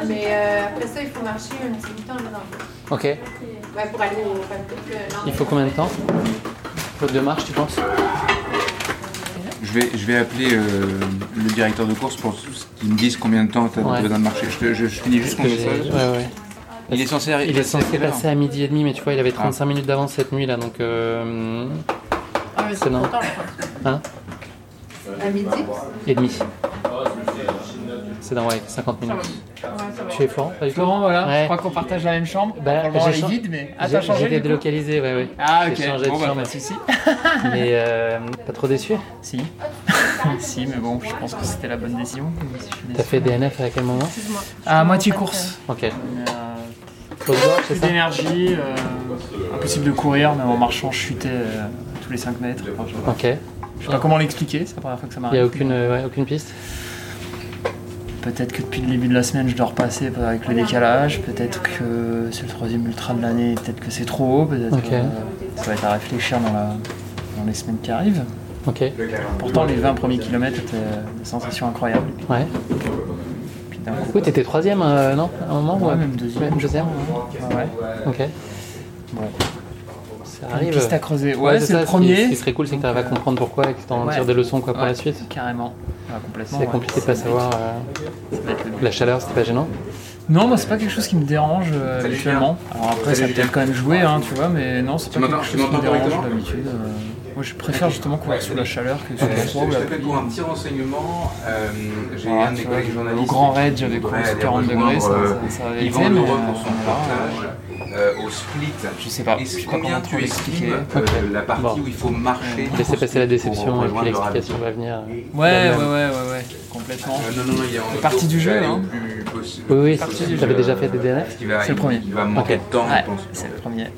Speaker 21: mais euh, après ça, il faut marcher un petit bout de temps dedans.
Speaker 2: Ok.
Speaker 21: Ouais, pour aller au Rapid, euh, l'entrée.
Speaker 2: Il faut combien de temps Faute de marche, tu penses
Speaker 4: je, vais, je vais appeler euh, le directeur de course pour qu'il me dise combien de temps tu as
Speaker 2: Ouais.
Speaker 4: besoin de marcher. Je, te- je- je finis juste mon
Speaker 2: Parce que-
Speaker 4: message.
Speaker 2: ouais, ouais.
Speaker 4: Il est censé, Ah. arri-
Speaker 2: Il est
Speaker 4: passer à
Speaker 2: censé
Speaker 4: quelle heure
Speaker 2: passer à midi et demi, mais tu vois, il avait 35 minutes d'avance cette nuit là, donc. euh,
Speaker 21: mais
Speaker 2: c'est Hein
Speaker 21: c'est
Speaker 2: non.
Speaker 21: content, je pense.
Speaker 2: Hein
Speaker 21: À midi.
Speaker 2: Et demi. C'est dans ouais, 50 minutes. Tu es Florent pas du tout
Speaker 11: Florent, voilà,
Speaker 2: Ouais.
Speaker 11: je crois qu'on partage la même chambre.
Speaker 2: Bah,
Speaker 11: Normalement,
Speaker 2: j'ai
Speaker 11: les
Speaker 2: chan-
Speaker 11: guides, mais. Ah,
Speaker 2: j'ai-
Speaker 11: t'as changé
Speaker 2: J'ai
Speaker 11: du coup
Speaker 2: délocalisé, ouais, ouais.
Speaker 11: Ah, ok.
Speaker 2: J'ai changé
Speaker 11: Bon,
Speaker 2: de
Speaker 11: bah,
Speaker 2: chambre.
Speaker 11: pas de souci.
Speaker 2: Mais euh, pas trop déçu
Speaker 11: Si. si, mais bon, je pense que c'était la bonne décision. Je suis
Speaker 2: T'as
Speaker 11: déçu.
Speaker 2: fait DNF à quel moment
Speaker 11: À moitié course.
Speaker 2: Ok.
Speaker 11: Plus d'énergie, euh, impossible de courir, même en marchant, je chutais euh, tous les 5 mètres. Enfin, je-
Speaker 2: Ok.
Speaker 11: Je sais pas comment l'expliquer, c'est la première fois que ça
Speaker 2: Il n'y
Speaker 11: m'arrive.
Speaker 2: a aucune, euh, ouais, aucune piste
Speaker 11: Peut-être que depuis le début de la semaine, je dors pas assez avec le décalage. Peut-être que c'est le troisième ultra de l'année. Peut-être que c'est trop haut. Peut-être
Speaker 2: Ok.
Speaker 11: que euh, ça va être à réfléchir dans, la- dans les semaines qui arrivent.
Speaker 2: Ok.
Speaker 11: Pourtant, les 20 premiers kilomètres étaient des sensations incroyables.
Speaker 2: Ouais. Oui, t'étais troisième, euh, non À un moment
Speaker 11: Ouais,
Speaker 2: ou-
Speaker 11: même deuxième.
Speaker 2: Même deuxième
Speaker 11: Ouais.
Speaker 2: Ok.
Speaker 11: Bon.
Speaker 2: Ça
Speaker 11: Une
Speaker 2: arrive.
Speaker 11: piste à creuser. Ouais, c'est
Speaker 2: ça,
Speaker 11: le
Speaker 2: ce qui-
Speaker 11: premier. euh,
Speaker 2: Ce qui serait cool, c'est que t'arrives à comprendre pourquoi et que t'en
Speaker 11: Ouais.
Speaker 2: tires des leçons quoi, pour
Speaker 11: Ouais,
Speaker 2: la suite.
Speaker 11: Carrément. Ouais, complètement,
Speaker 2: C'est
Speaker 11: ouais.
Speaker 2: compliqué de pas
Speaker 11: C'est-
Speaker 2: savoir. euh, La chaleur, c'était pas gênant
Speaker 11: Non, moi, c'est pas quelque chose qui me dérange euh,
Speaker 2: Salut,
Speaker 11: habituellement.
Speaker 2: Julien.
Speaker 11: Alors après, ça
Speaker 2: Salut,
Speaker 11: a peut-être
Speaker 2: Julien.
Speaker 11: quand même joué, hein, tu vois, mais non, c'est
Speaker 4: Tu
Speaker 11: pas
Speaker 4: m'entends-
Speaker 11: quelque
Speaker 4: tu
Speaker 11: chose qui me
Speaker 4: m'entends
Speaker 11: dérange
Speaker 4: correctement
Speaker 11: d'habitude. euh, Moi, je préfère justement courir sous la chaleur que sous
Speaker 4: Euh,
Speaker 11: le
Speaker 4: je
Speaker 11: froid.
Speaker 4: je
Speaker 11: ou la
Speaker 4: t'appelle
Speaker 11: pluie.
Speaker 4: pour un petit renseignement. Euh, J'ai
Speaker 11: Voilà,
Speaker 4: un de mes
Speaker 11: tu vois,
Speaker 4: collègues journalistes.
Speaker 11: au Grand Raid, j'avais
Speaker 4: qui
Speaker 11: couru
Speaker 4: devrait
Speaker 11: sous
Speaker 4: aller
Speaker 11: 40 degrés,
Speaker 4: rejoindre,
Speaker 11: ça-
Speaker 4: euh,
Speaker 11: ça- ça avait
Speaker 4: Yvan
Speaker 11: été, mais,
Speaker 4: Lheureux pour
Speaker 11: euh,
Speaker 4: son reportage euh, au split. Je sais
Speaker 11: pas, je
Speaker 4: Est-ce
Speaker 11: sais pas
Speaker 4: combien
Speaker 11: comment trop
Speaker 4: tu
Speaker 11: l'expliquer.
Speaker 4: estimes euh, la partie où il faut marcher
Speaker 11: Euh,
Speaker 2: Laissez passer la déception et puis
Speaker 4: rejoindre le
Speaker 2: l'explication va venir. Euh,
Speaker 11: Ouais, ouais, ouais, ouais, ouais, complètement.
Speaker 4: Euh, non, non, non, il y a
Speaker 11: C'est parti du jeu, hein.
Speaker 2: Oui, oui,
Speaker 11: Parti
Speaker 2: c'est-
Speaker 11: du
Speaker 2: t'avais
Speaker 11: jeu.
Speaker 2: déjà fait des DNF
Speaker 4: Qui va-
Speaker 11: C'est le premier.
Speaker 4: Il va manquer
Speaker 2: Ok.
Speaker 4: de temps,
Speaker 11: Ouais,
Speaker 4: je pense.
Speaker 11: c'est le premier. Donc,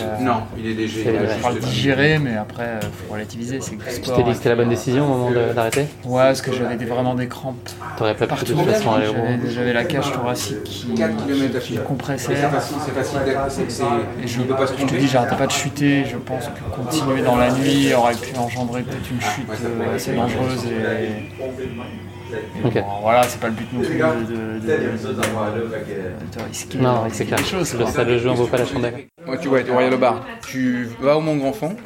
Speaker 11: euh,
Speaker 4: Non, il est léger,
Speaker 2: C'est
Speaker 4: il a
Speaker 2: vrai.
Speaker 4: juste-
Speaker 11: Je parle de digérer, mais après, euh, faut relativiser. C'est que le
Speaker 2: Tu
Speaker 11: sport, euh,
Speaker 2: t'es dit que c'était la bonne décision au moment de- d'arrêter
Speaker 11: Ouais, parce que j'avais des- vraiment des crampes.
Speaker 2: T'aurais pas pu de
Speaker 11: Partout.
Speaker 2: toute façon aller au
Speaker 11: J'avais- J'avais la
Speaker 4: Euh,
Speaker 11: cage thoracique qui, qui compressait.
Speaker 4: C'est facile- c'est facile d'être- c'est- c'est-
Speaker 11: Et je,
Speaker 4: il peut pas se
Speaker 11: je te
Speaker 4: tromper.
Speaker 11: dis, j'arrêtais pas de chuter. Je pense que continuer dans la nuit aurait pu engendrer peut-être une chute euh, assez dangereuse. Et, et
Speaker 2: Ok.
Speaker 11: bon, voilà, c'est pas le but non plus de, de, de- de te risquer. de
Speaker 2: Non,
Speaker 11: risquer
Speaker 2: c'est hein. clair.
Speaker 11: des choses,
Speaker 2: Le
Speaker 11: quoi.
Speaker 2: stade de jeu en vaut pas la chandelle.
Speaker 4: Moi, tu vois, tu regardes le bar. Tu vas au Mont Grand Fond.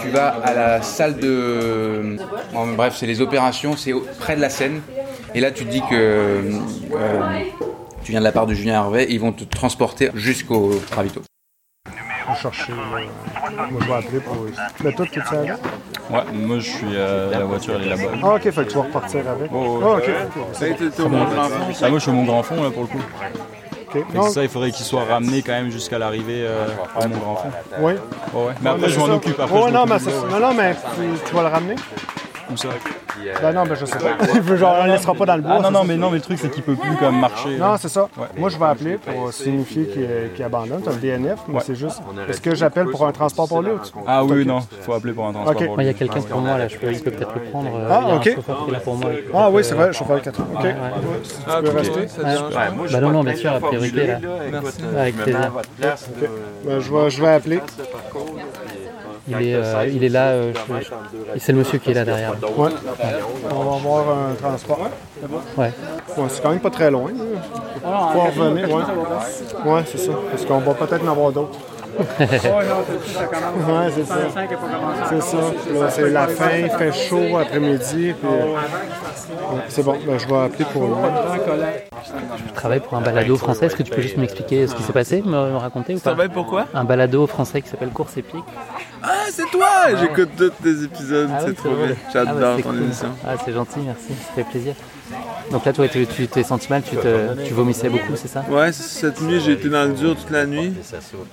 Speaker 4: Tu vas à la salle de. bon, mais bref, c'est les opérations, c'est au- près de la Seine. Et là, tu te dis que euh, tu viens de la part de Julien Hervé, ils vont te transporter jusqu'au Ravito.
Speaker 20: Vous cherchez.
Speaker 4: euh,
Speaker 20: moi, je vais appeler pour. Mais toi, t'es-tu allé?
Speaker 1: Ouais, moi je suis. euh, la voiture elle est là-bas.
Speaker 20: Ah, ok, fait que tu vas repartir avec.
Speaker 1: Oh,
Speaker 20: Ah,
Speaker 1: ouais.
Speaker 20: ok.
Speaker 1: Ah, bon, Ah, moi je suis au Mont Grand Fond là pour le coup. Fait que
Speaker 20: Non.
Speaker 1: ça, il faudrait qu'il soit ramené quand même jusqu'à l'arrivée euh, au Mont Grand Fond. Ouais,
Speaker 20: Oui.
Speaker 1: ouais. Mais après je m'en occupe. Après,
Speaker 20: Ouais,
Speaker 1: je
Speaker 20: non,
Speaker 1: m'occupe
Speaker 20: mais
Speaker 1: de
Speaker 20: c'est-
Speaker 1: ça, ouais.
Speaker 20: non, non, mais tu, tu vas le ramener?
Speaker 1: Où ça
Speaker 20: Ben non, mais je sais pas. Il veut genre, on le laissera pas dans le bois.
Speaker 1: Ah non,
Speaker 20: c'est
Speaker 1: non,
Speaker 20: ça?
Speaker 1: mais, non, mais le truc c'est qu'il peut plus comme marcher.
Speaker 20: Non,
Speaker 1: là.
Speaker 20: c'est ça. Moi, je vais appeler pour signifier qu'il qu'il abandonne. T'as le DNF, mais
Speaker 1: Ouais.
Speaker 20: c'est juste. Est-ce que j'appelle pour un transport pour lui ou tu-
Speaker 1: Ah oui, non, faut appeler pour un transport.
Speaker 20: Ok.
Speaker 1: pour
Speaker 20: Moi, il y a
Speaker 1: lui.
Speaker 20: quelqu'un pour moi,
Speaker 2: là, je peux, peut-être le prendre. euh,
Speaker 20: Ah, ok. Ah, oui, c'est vrai, chauffeur 4 Ok.
Speaker 2: Ouais, ouais.
Speaker 20: Tu
Speaker 1: Ah,
Speaker 20: peux rester?
Speaker 2: Ouais. Bah non, non, bien sûr, à priorité là. Avec plaisir. euh,
Speaker 20: Ok. Ben, je, vais, je vais appeler.
Speaker 2: Il est, euh, il est là, euh, je- je- c'est le monsieur qui est là derrière.
Speaker 20: Ouais. On va voir un transport.
Speaker 2: Ouais.
Speaker 20: Ouais, c'est quand même pas très loin. là. Ah, Faut non, en revenir, en ouais. fait, Ouais, c'est ça. Parce qu'on va peut-être en avoir d'autres. Ouais, c'est ça. C'est ça. Puis là, c'est la fin, il fait chaud après-midi. puis, euh, ouais, c'est bon, ben, je vais appeler pour lui.
Speaker 2: Je travaille pour un balado français. Est-ce que tu peux juste m'expliquer ce qui s'est passé, me, me raconter ou pas
Speaker 22: travailles pour quoi
Speaker 2: Un balado français qui s'appelle Course épique.
Speaker 22: Ah, c'est toi
Speaker 2: Ouais.
Speaker 22: J'écoute tous tes épisodes,
Speaker 2: Ah
Speaker 22: c'est
Speaker 2: oui,
Speaker 22: trop
Speaker 2: vrai.
Speaker 22: bien. J'adore
Speaker 2: Ah ouais,
Speaker 22: ton
Speaker 2: c'est cool.
Speaker 22: émission.
Speaker 2: Ah, c'est gentil, merci, ça fait plaisir. Donc là, toi, tu tu t'es senti mal, tu, te, tu vomissais beaucoup, c'est ça
Speaker 22: Ouais, c- cette nuit, j'ai été dans le dur toute la nuit.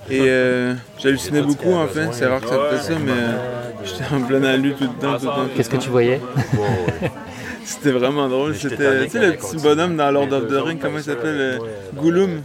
Speaker 22: Et euh, j'hallucinais beaucoup, en fait. C'est rare que ça me fait ça, mais euh, j'étais en pleine allure tout le temps, tout le temps. tout le
Speaker 2: Qu'est-ce que
Speaker 22: temps.
Speaker 2: tu voyais
Speaker 22: C'était vraiment drôle. C'était, tu sais, le petit bonhomme dans Lord of the Ring, comment il s'appelle euh, Gollum.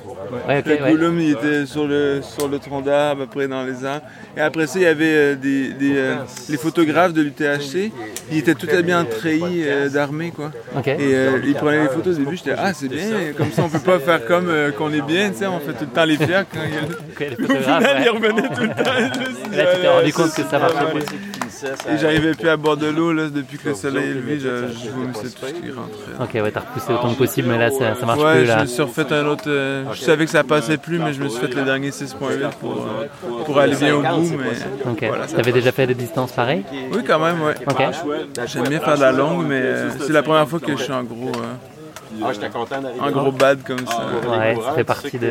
Speaker 2: Ouais, ok,
Speaker 22: le
Speaker 2: ouais.
Speaker 22: Gollum, il était sur le, sur le tronc d'arbre, après dans les arbres. Et après ça, il y avait euh, des, des, euh, les photographes de l'UTHC. Ils étaient tout habillés en treillis euh, d'armée, quoi.
Speaker 2: Ok.
Speaker 22: Et euh, ils prenaient les photos au début. J'étais, ah, c'est bien. Comme ça, on peut pas faire comme euh, qu'on est bien, tu sais. On fait tout le temps les fiers. Quand il... Au final,
Speaker 2: ouais.
Speaker 22: ils revenaient tout le temps. Et je me suis dit,
Speaker 2: Là, tu t'es
Speaker 22: ah,
Speaker 2: rendu compte que ça marchait
Speaker 22: normal.
Speaker 2: pas.
Speaker 22: Et j'arrivais plus à boire de l'eau, là, depuis que le soleil est levé. Je, je vomissais tout ce qui rentrait.
Speaker 2: Ok, ouais, t'as repoussé autant que possible, mais là, ça, ça marche
Speaker 22: Ouais,
Speaker 2: plus.
Speaker 22: je
Speaker 2: Là.
Speaker 22: me suis refait un autre. euh, je savais que ça passait plus, mais je me suis fait le dernier 6.8 pour, euh, pour aller bien au bout. Mais
Speaker 2: Ok.
Speaker 22: voilà, ça
Speaker 2: T'avais déjà fait des distances pareilles
Speaker 22: Oui, quand même, ouais.
Speaker 2: Ok.
Speaker 22: J'aime bien faire de la longue, mais euh, c'est la première fois que je suis en gros. euh,
Speaker 9: Ah, j'étais content d'arriver.
Speaker 22: En Ah, gros bad comme ça.
Speaker 2: Ouais, ça fait partie de,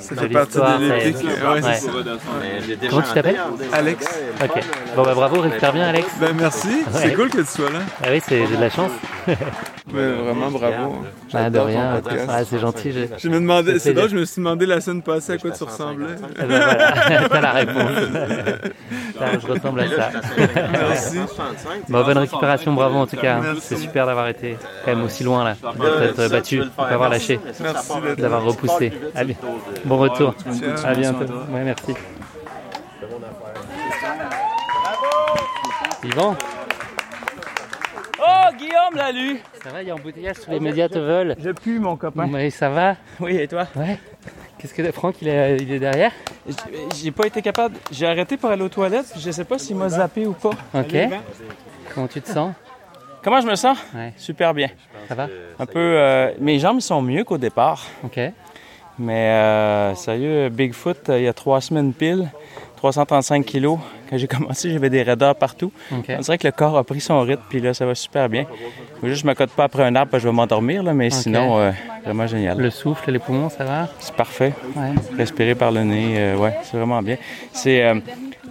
Speaker 22: Ça
Speaker 2: de
Speaker 22: fait partie euh,
Speaker 2: l'histoire.
Speaker 22: de l'éthique.
Speaker 2: ça y est.
Speaker 22: Ouais, c'est
Speaker 2: Ouais.
Speaker 22: ça.
Speaker 2: Comment tu t'appelles
Speaker 22: Alex.
Speaker 2: Ok. Bon, bah bravo, récupère bien, Alex.
Speaker 22: Ben merci,
Speaker 2: Ouais.
Speaker 22: c'est cool que tu sois là.
Speaker 2: Ah oui, c'est- j'ai de la chance.
Speaker 22: Mais vraiment, bravo.
Speaker 2: Ah, de
Speaker 22: J'adore ton
Speaker 2: rien.
Speaker 22: podcast.
Speaker 2: Ah, c'est gentil. je-
Speaker 22: Je me demandais,
Speaker 2: C'est
Speaker 22: c'est drôle,
Speaker 2: plaisir.
Speaker 22: je me suis demandé la semaine passée à quoi tu ressemblais.
Speaker 2: Eh ben voilà, t'as la réponse. Ça, je ressemble à ça.
Speaker 22: Merci.
Speaker 2: Bon, bonne récupération, bravo en tout cas.
Speaker 22: Merci.
Speaker 2: C'est super d'avoir été quand même aussi loin là.
Speaker 22: Ouais,
Speaker 2: D'être
Speaker 22: ça,
Speaker 2: battu,
Speaker 22: tu
Speaker 2: de
Speaker 22: veux le
Speaker 2: ne pas
Speaker 22: faire.
Speaker 2: avoir lâché.
Speaker 22: Merci d'être
Speaker 2: D'avoir
Speaker 22: là.
Speaker 2: repoussé. À bi- Bon retour. À bientôt. Ouais, merci. Yvan
Speaker 1: Oh, Guillaume l'a lu
Speaker 2: Ça va, il y a embouteillage tous les médias te veulent. Je pue mon copain. Mais ça va
Speaker 1: Oui, et toi
Speaker 2: Ouais. Qu'est-ce que Franck, il est, euh, il est derrière
Speaker 1: J'ai pas été capable. J'ai arrêté pour aller aux toilettes, puis je sais pas s'il m'a zappé ou pas. ben.
Speaker 2: Ok. Comment tu te sens
Speaker 1: Comment je me sens
Speaker 2: Ouais.
Speaker 1: Super bien.
Speaker 2: Ça va
Speaker 1: Un peu. euh, mes jambes sont mieux qu'au départ.
Speaker 2: Ok.
Speaker 1: Mais euh, sérieux, Bigfoot, euh, il y a trois semaines pile, 335 kilos. Quand j'ai commencé, j'avais des raideurs partout.
Speaker 2: Ok.
Speaker 1: On dirait que le corps a pris son rythme, puis là, ça va super bien. Faut juste, je me cote pas après un arbre, parce que je vais m'endormir, là, mais
Speaker 2: Ok.
Speaker 1: sinon, euh, vraiment génial.
Speaker 2: Le souffle, les poumons, ça va
Speaker 1: C'est parfait.
Speaker 2: Ouais.
Speaker 1: Respirer par le nez, euh, ouais, c'est vraiment bien. C'est euh,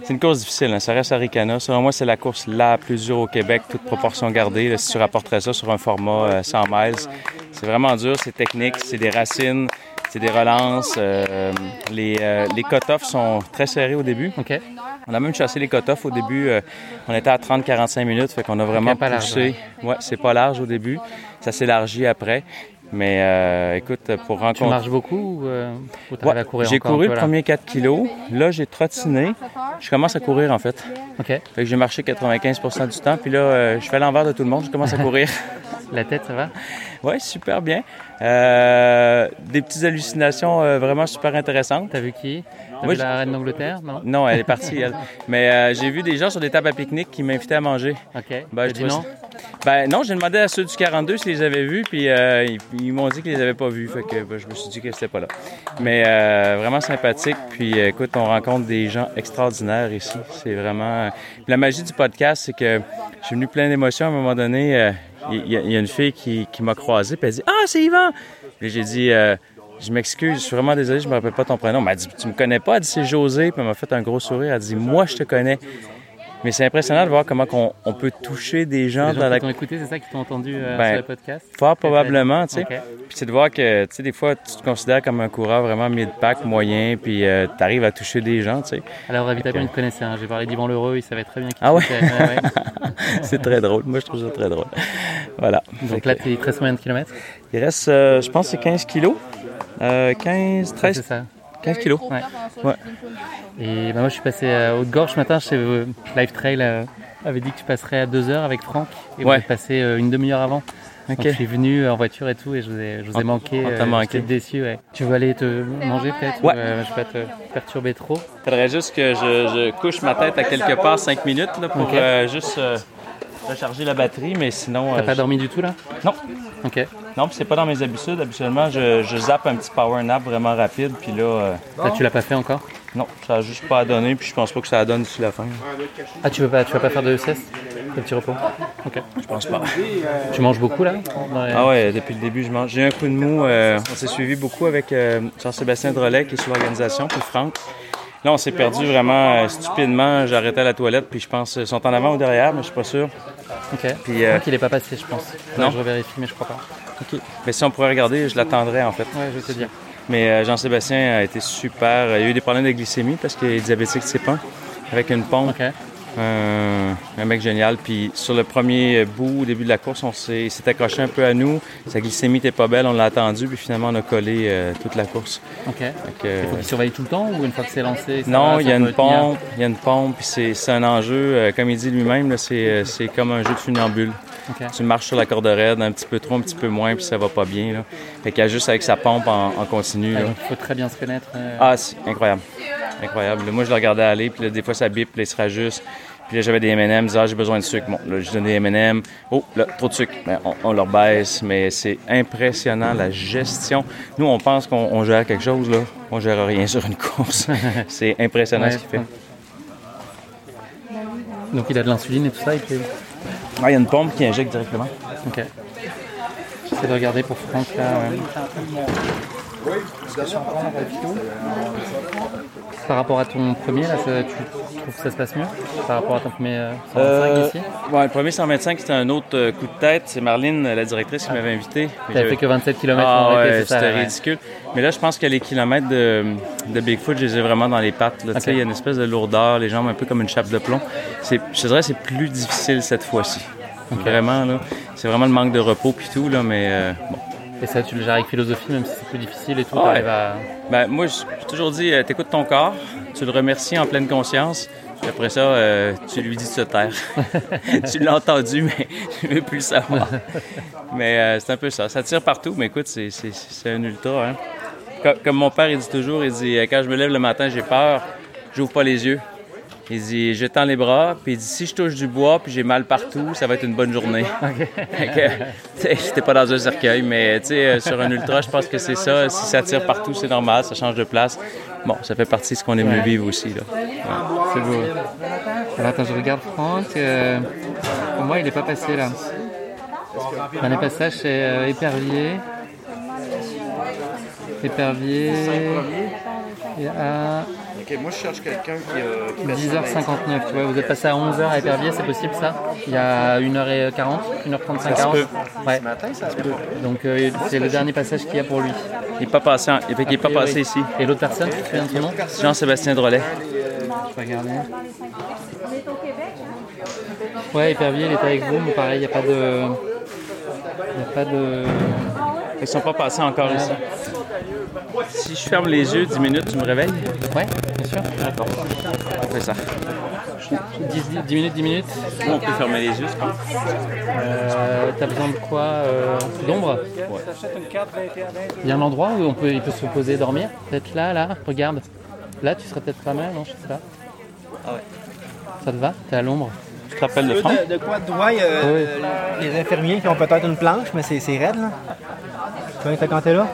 Speaker 1: c'est une course difficile, hein. ça reste Aricana. Selon moi, c'est la course la plus dure au Québec, toute proportion gardée. là, si tu rapporterais ça sur un format euh, 100 miles, c'est vraiment dur, c'est technique, c'est des racines, c'est des relances. euh, les euh, les cut-offs sont très serrés au début. On a même chassé les cut-offs au début. euh, on était à 30-45 minutes, fait qu'on a vraiment
Speaker 2: pas large,
Speaker 1: poussé. Ouais, c'est pas large au début, ça s'élargit après. Mais euh, écoute, pour rencontrer...
Speaker 2: Tu marches beaucoup ou, euh, ou t'arrives à courir
Speaker 1: J'ai
Speaker 2: encore un
Speaker 1: couru
Speaker 2: peu,
Speaker 1: le
Speaker 2: là
Speaker 1: premier 4 kilos. Là, j'ai trottiné. Je commence à courir, en fait.
Speaker 2: OK. Fait
Speaker 1: que j'ai marché 95 du temps. Puis là, euh, je fais l'envers de tout le monde. Je commence à courir.
Speaker 2: La tête, ça va?
Speaker 1: Oui, super bien. Euh, des petites hallucinations euh, vraiment super intéressantes.
Speaker 2: T'as vu qui? T'as
Speaker 1: Moi,
Speaker 2: vu
Speaker 1: j'ai-
Speaker 2: la reine d'Angleterre? Non?
Speaker 1: non, elle est partie, elle. Mais euh, j'ai vu des gens sur des tables à pique-nique qui m'invitaient à manger.
Speaker 2: OK.
Speaker 1: Ben,
Speaker 2: T'as
Speaker 1: je
Speaker 2: dit
Speaker 1: trouvais
Speaker 2: non?
Speaker 1: ça- Ben, non, j'ai demandé à ceux du 42 s'ils les avaient vus, puis euh, ils, ils m'ont dit qu'ils les avaient pas vus. Fait que ben, je me suis dit que c'était pas là. Mais euh, vraiment sympathique. Puis euh, écoute, on rencontre des gens extraordinaires ici. C'est vraiment. Puis la magie du podcast, c'est que je suis venu plein d'émotions à un moment donné. euh, Il y, a- il y a une fille qui, qui m'a croisé, puis elle dit Ah, c'est Yvan! Puis j'ai dit. euh, je m'excuse, je suis vraiment désolé, je me rappelle pas ton prénom. Elle m'a dit, tu me connais pas? Elle dit, c'est José. Puis elle m'a fait un gros sourire. Elle dit, moi, je te connais. Mais c'est impressionnant de voir comment qu'on- on, peut toucher des gens
Speaker 2: Les gens
Speaker 1: dans la
Speaker 2: qui t'ont écouté, c'est ça qui t'ont entendu euh,
Speaker 1: ben,
Speaker 2: sur le podcast?
Speaker 1: Fort probablement, tu sais.
Speaker 2: Ok.
Speaker 1: Puis c'est de voir que, tu sais, des fois, tu te considères comme un coureur vraiment mid-pack, moyen, puis tu arrives à toucher des gens, tu sais.
Speaker 2: Alors, évidemment,
Speaker 1: Fait
Speaker 2: ils
Speaker 1: que-
Speaker 2: te connaissaient. hein. J'ai parlé d'Yvan Lheureux, il savait très bien qui
Speaker 1: Ah ouais?
Speaker 2: t'étais. Ouais, ouais.
Speaker 1: c'est très drôle. Moi, je trouve ça très drôle. Voilà.
Speaker 2: Donc là, t'es- il te reste combien de kilomètres?
Speaker 1: Il reste, euh, je pense, que c'est 15 kilos. Euh, 15, 13.
Speaker 2: c'est ça.
Speaker 1: 15 kilos.
Speaker 2: Ouais.
Speaker 1: Ouais.
Speaker 2: Et ben, moi, je suis passé à Haute-Gorge ce matin. Je sais, euh, Live Trail euh, avait dit que tu passerais à 2 heures avec Franck. Et vous
Speaker 1: Ouais.
Speaker 2: êtes passé euh, une demi-heure avant.
Speaker 1: Ok.
Speaker 2: Donc, je suis venu euh, en voiture et tout, et je vous ai, je vous ai
Speaker 1: On-
Speaker 2: manqué.
Speaker 1: on t'a
Speaker 2: euh,
Speaker 1: manqué.
Speaker 2: j'étais déçu, ouais. Tu veux aller te manger peut-être?
Speaker 1: Ouais.
Speaker 2: ou, euh, je vais pas te perturber trop.
Speaker 1: faudrait juste que je, je couche ma tête à quelque part 5 minutes là, pour
Speaker 2: Ok.
Speaker 1: euh, juste euh, recharger la batterie, mais sinon. euh,
Speaker 2: T'as pas
Speaker 1: je-
Speaker 2: dormi du tout, là?
Speaker 1: Non.
Speaker 2: Ok.
Speaker 1: Non, puis c'est pas dans mes habitudes. Habituellement, je, je zappe un petit power nap vraiment rapide, puis là. euh,
Speaker 2: Ah, tu l'as pas fait encore?
Speaker 1: Non, ça a juste pas à donner, puis je pense pas que ça la donne d'ici la fin.
Speaker 2: Ah, tu veux pas, tu vas pas faire de sieste? De petit repos? Ok. Je
Speaker 1: pense pas.
Speaker 20: euh,
Speaker 2: Tu manges beaucoup, là? Dans les-
Speaker 1: Ah ouais, depuis le début, je mange. J'ai eu un coup de mou. euh, on s'est suivi beaucoup avec euh, Jean-Sébastien Drolet, qui est sous l'organisation, puis Franck. Là, on s'est perdu vraiment euh, stupidement. J'arrêtais à la toilette, puis je pense. Ils sont en avant ou derrière, mais je suis pas sûr.
Speaker 2: Ok.
Speaker 1: Puis, euh,
Speaker 2: Je crois qu'il est pas passé, je pense.
Speaker 1: Non.
Speaker 2: Je revérifie, mais je crois pas.
Speaker 1: OK. Mais si on pourrait regarder, je l'attendrais en fait.
Speaker 2: Ouais, je vais te dire.
Speaker 1: Mais euh, Jean-Sébastien a été super. Il a eu des problèmes de glycémie parce qu'il est diabétique de pas avec une pompe. Euh, un mec génial. Puis sur le premier bout, au début de la course, on s'est, il s'est accroché un peu à nous. Sa glycémie était pas belle, on l'a attendu, puis finalement on a collé euh, toute la course.
Speaker 2: Ok.
Speaker 1: Fait que,
Speaker 2: Il faut qu'il
Speaker 1: euh,
Speaker 2: surveille tout le temps ou une fois que c'est lancé? ça va,
Speaker 1: non,
Speaker 2: ça
Speaker 1: il y a
Speaker 2: peut
Speaker 1: une
Speaker 2: tenir
Speaker 1: pompe, il y a une pompe, puis c'est c'est un enjeu, euh, comme il dit lui-même, là, c'est euh, c'est comme un jeu de funambule.
Speaker 2: Ok.
Speaker 1: Tu marches sur la corde raide, un petit peu trop, un petit peu moins, puis ça va pas bien. Là. Fait qu'il y a juste avec sa pompe en, en continu.
Speaker 2: Ah,
Speaker 1: là.
Speaker 2: donc, il faut très bien se connaître. euh,
Speaker 1: Ah, c'est incroyable. Incroyable. Là, Moi, je le regardais aller, puis là, des fois, ça bip, puis là, il se rajuste. Puis là, j'avais des M&M's, ah, j'ai besoin de sucre. Bon, là, je donne des M&M's. Oh, là, trop de sucre. Ben, on, on leur baisse, mais c'est impressionnant, la gestion. Nous, on pense qu'on on gère quelque chose, là. On gère rien sur une course. c'est impressionnant
Speaker 2: Ouais,
Speaker 1: ce qu'il fait.
Speaker 2: ouais. Donc il a de l'insuline et tout ça, il peut...
Speaker 1: Ah, il y a une pompe qui injecte directement.
Speaker 2: euh, Ok. J'essaie de regarder pour Franck là. ouais. Par rapport à ton premier, là, ça- tu trouves que ça se passe mieux Par rapport à ton premier euh, 125
Speaker 1: Euh,
Speaker 2: ici
Speaker 1: ouais, le premier 125, c'était un autre euh, coup de tête. C'est Marlene, la directrice, qui m'avait invité.
Speaker 2: T'avais
Speaker 1: Je-
Speaker 2: fait que 27 kilomètres
Speaker 1: Ah
Speaker 2: pour arrêter,
Speaker 1: ouais,
Speaker 2: c'est ça,
Speaker 1: c'était
Speaker 2: ouais.
Speaker 1: ridicule. Mais là, je pense que les kilomètres de, de Bigfoot, je les ai vraiment dans les pattes. là. Tu sais, Il y a une espèce de lourdeur, les jambes un peu comme une chape de plomb. C'est- Je te dirais c'est plus difficile cette fois-ci.
Speaker 2: Ok.
Speaker 1: Vraiment, là. C'est vraiment le manque de repos puis tout, là, mais euh, bon.
Speaker 2: Et ça, tu le gères avec philosophie, même si c'est plus difficile et tout.
Speaker 1: Ouais.
Speaker 2: t'arrives à-
Speaker 1: Ben, moi, j- j'ai toujours dit, euh, t'écoutes ton corps, tu le remercies en pleine conscience, puis après ça, euh, tu lui dis de se taire. tu l'as entendu, mais tu veux plus le savoir. mais euh, c'est un peu ça. Ça tire partout, mais écoute, c'est- c'est c'est un ultra. hein. Co- Comme, mon père, il dit toujours, il dit, euh, quand je me lève le matin, j'ai peur, j'ouvre pas les yeux. Il dit, j'étends les bras, puis il dit, si je touche du bois, puis j'ai mal partout, ça va être une bonne journée. Fait que, tu sais, J'étais pas dans un cercueil, mais tu sais, euh, sur un ultra, je pense que c'est ça. Si ça tire partout, c'est normal, ça change de place. Bon, ça fait partie de ce qu'on aime mieux vivre aussi. Là. Ouais.
Speaker 2: C'est beau. Alors, attends, je regarde Franck. euh, Pour moi, il n'est pas passé là. Dernier passage, c'est euh, Épervier. Épervier. Et à
Speaker 4: Ok, moi je cherche quelqu'un qui. euh, qui passe
Speaker 2: 10h59. Tu vois, vous êtes passé à 11h à Épervier, c'est possible ça Il y a 1h40, 1h35,
Speaker 1: Ça se
Speaker 2: 40
Speaker 1: peut.
Speaker 2: Ouais. Donc, euh, c'est le dernier passage qu'il y a pour lui.
Speaker 1: Il n'est pas passé, en- fait, il est pas
Speaker 2: priori.
Speaker 1: passé ici.
Speaker 2: Et l'autre personne, tu te souviens de son nom
Speaker 1: Jean-Sébastien Drolet.
Speaker 2: Ouais, Épervier, il était avec vous, mais pareil, il n'y a pas de. Il n'y a pas de.
Speaker 1: Ils sont pas passés encore ici. Si je ferme les yeux 10 minutes, tu me réveilles
Speaker 2: Ouais, bien sûr.
Speaker 1: D'accord. On fait ça.
Speaker 2: 10, minutes, 10 minutes.
Speaker 1: Ou on peut fermer les yeux, je pense.
Speaker 2: Euh, T'as besoin de quoi euh, D'ombre Il y a un endroit où on peut, il peut se poser et dormir Peut-être là, là, regarde. Là, tu serais peut-être pas mal, non Je sais pas.
Speaker 10: Ah ouais.
Speaker 2: Ça te va T'es à l'ombre
Speaker 1: Tu te rappelles de
Speaker 10: De, de quoi de douaille, euh, les infirmiers qui ont peut-être une planche, mais c'est c'est raide, là. Tu vois, quand t'es là?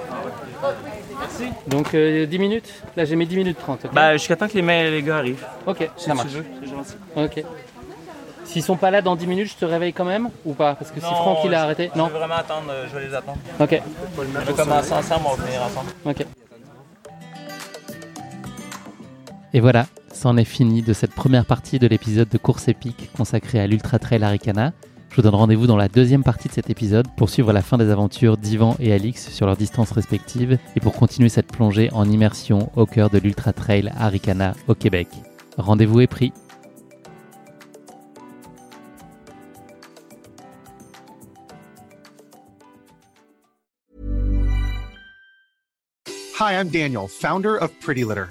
Speaker 2: Donc, euh, 10 minutes Là, j'ai mis 10 minutes 30. ok
Speaker 1: Bah, jusqu'à temps que les, ma- les gars arrivent.
Speaker 2: Ok,
Speaker 1: Si
Speaker 2: ça
Speaker 1: tu
Speaker 2: marche.
Speaker 1: veux, c'est gentil.
Speaker 2: Ok. S'ils sont pas là dans 10 minutes, je te réveille quand même ou pas Parce que si Franck il a arrêté. Non
Speaker 10: vais vraiment attendre,
Speaker 1: euh,
Speaker 10: je vais les attendre.
Speaker 2: Ok.
Speaker 10: Je vais commencer ensemble, on va venir ensemble.
Speaker 2: Ok. Et voilà, c'en est fini de cette première partie de l'épisode de course épique consacré à l'Ultra Trail Aricana. Je vous donne rendez-vous dans la deuxième partie de cet épisode pour suivre la fin des aventures d'Ivan et Alix sur leurs distances respectives et pour continuer cette plongée en immersion au cœur de l'Ultra Trail Aricana au Québec. Rendez-vous est pris.
Speaker 23: Hi, I'm Daniel, founder of Pretty Litter.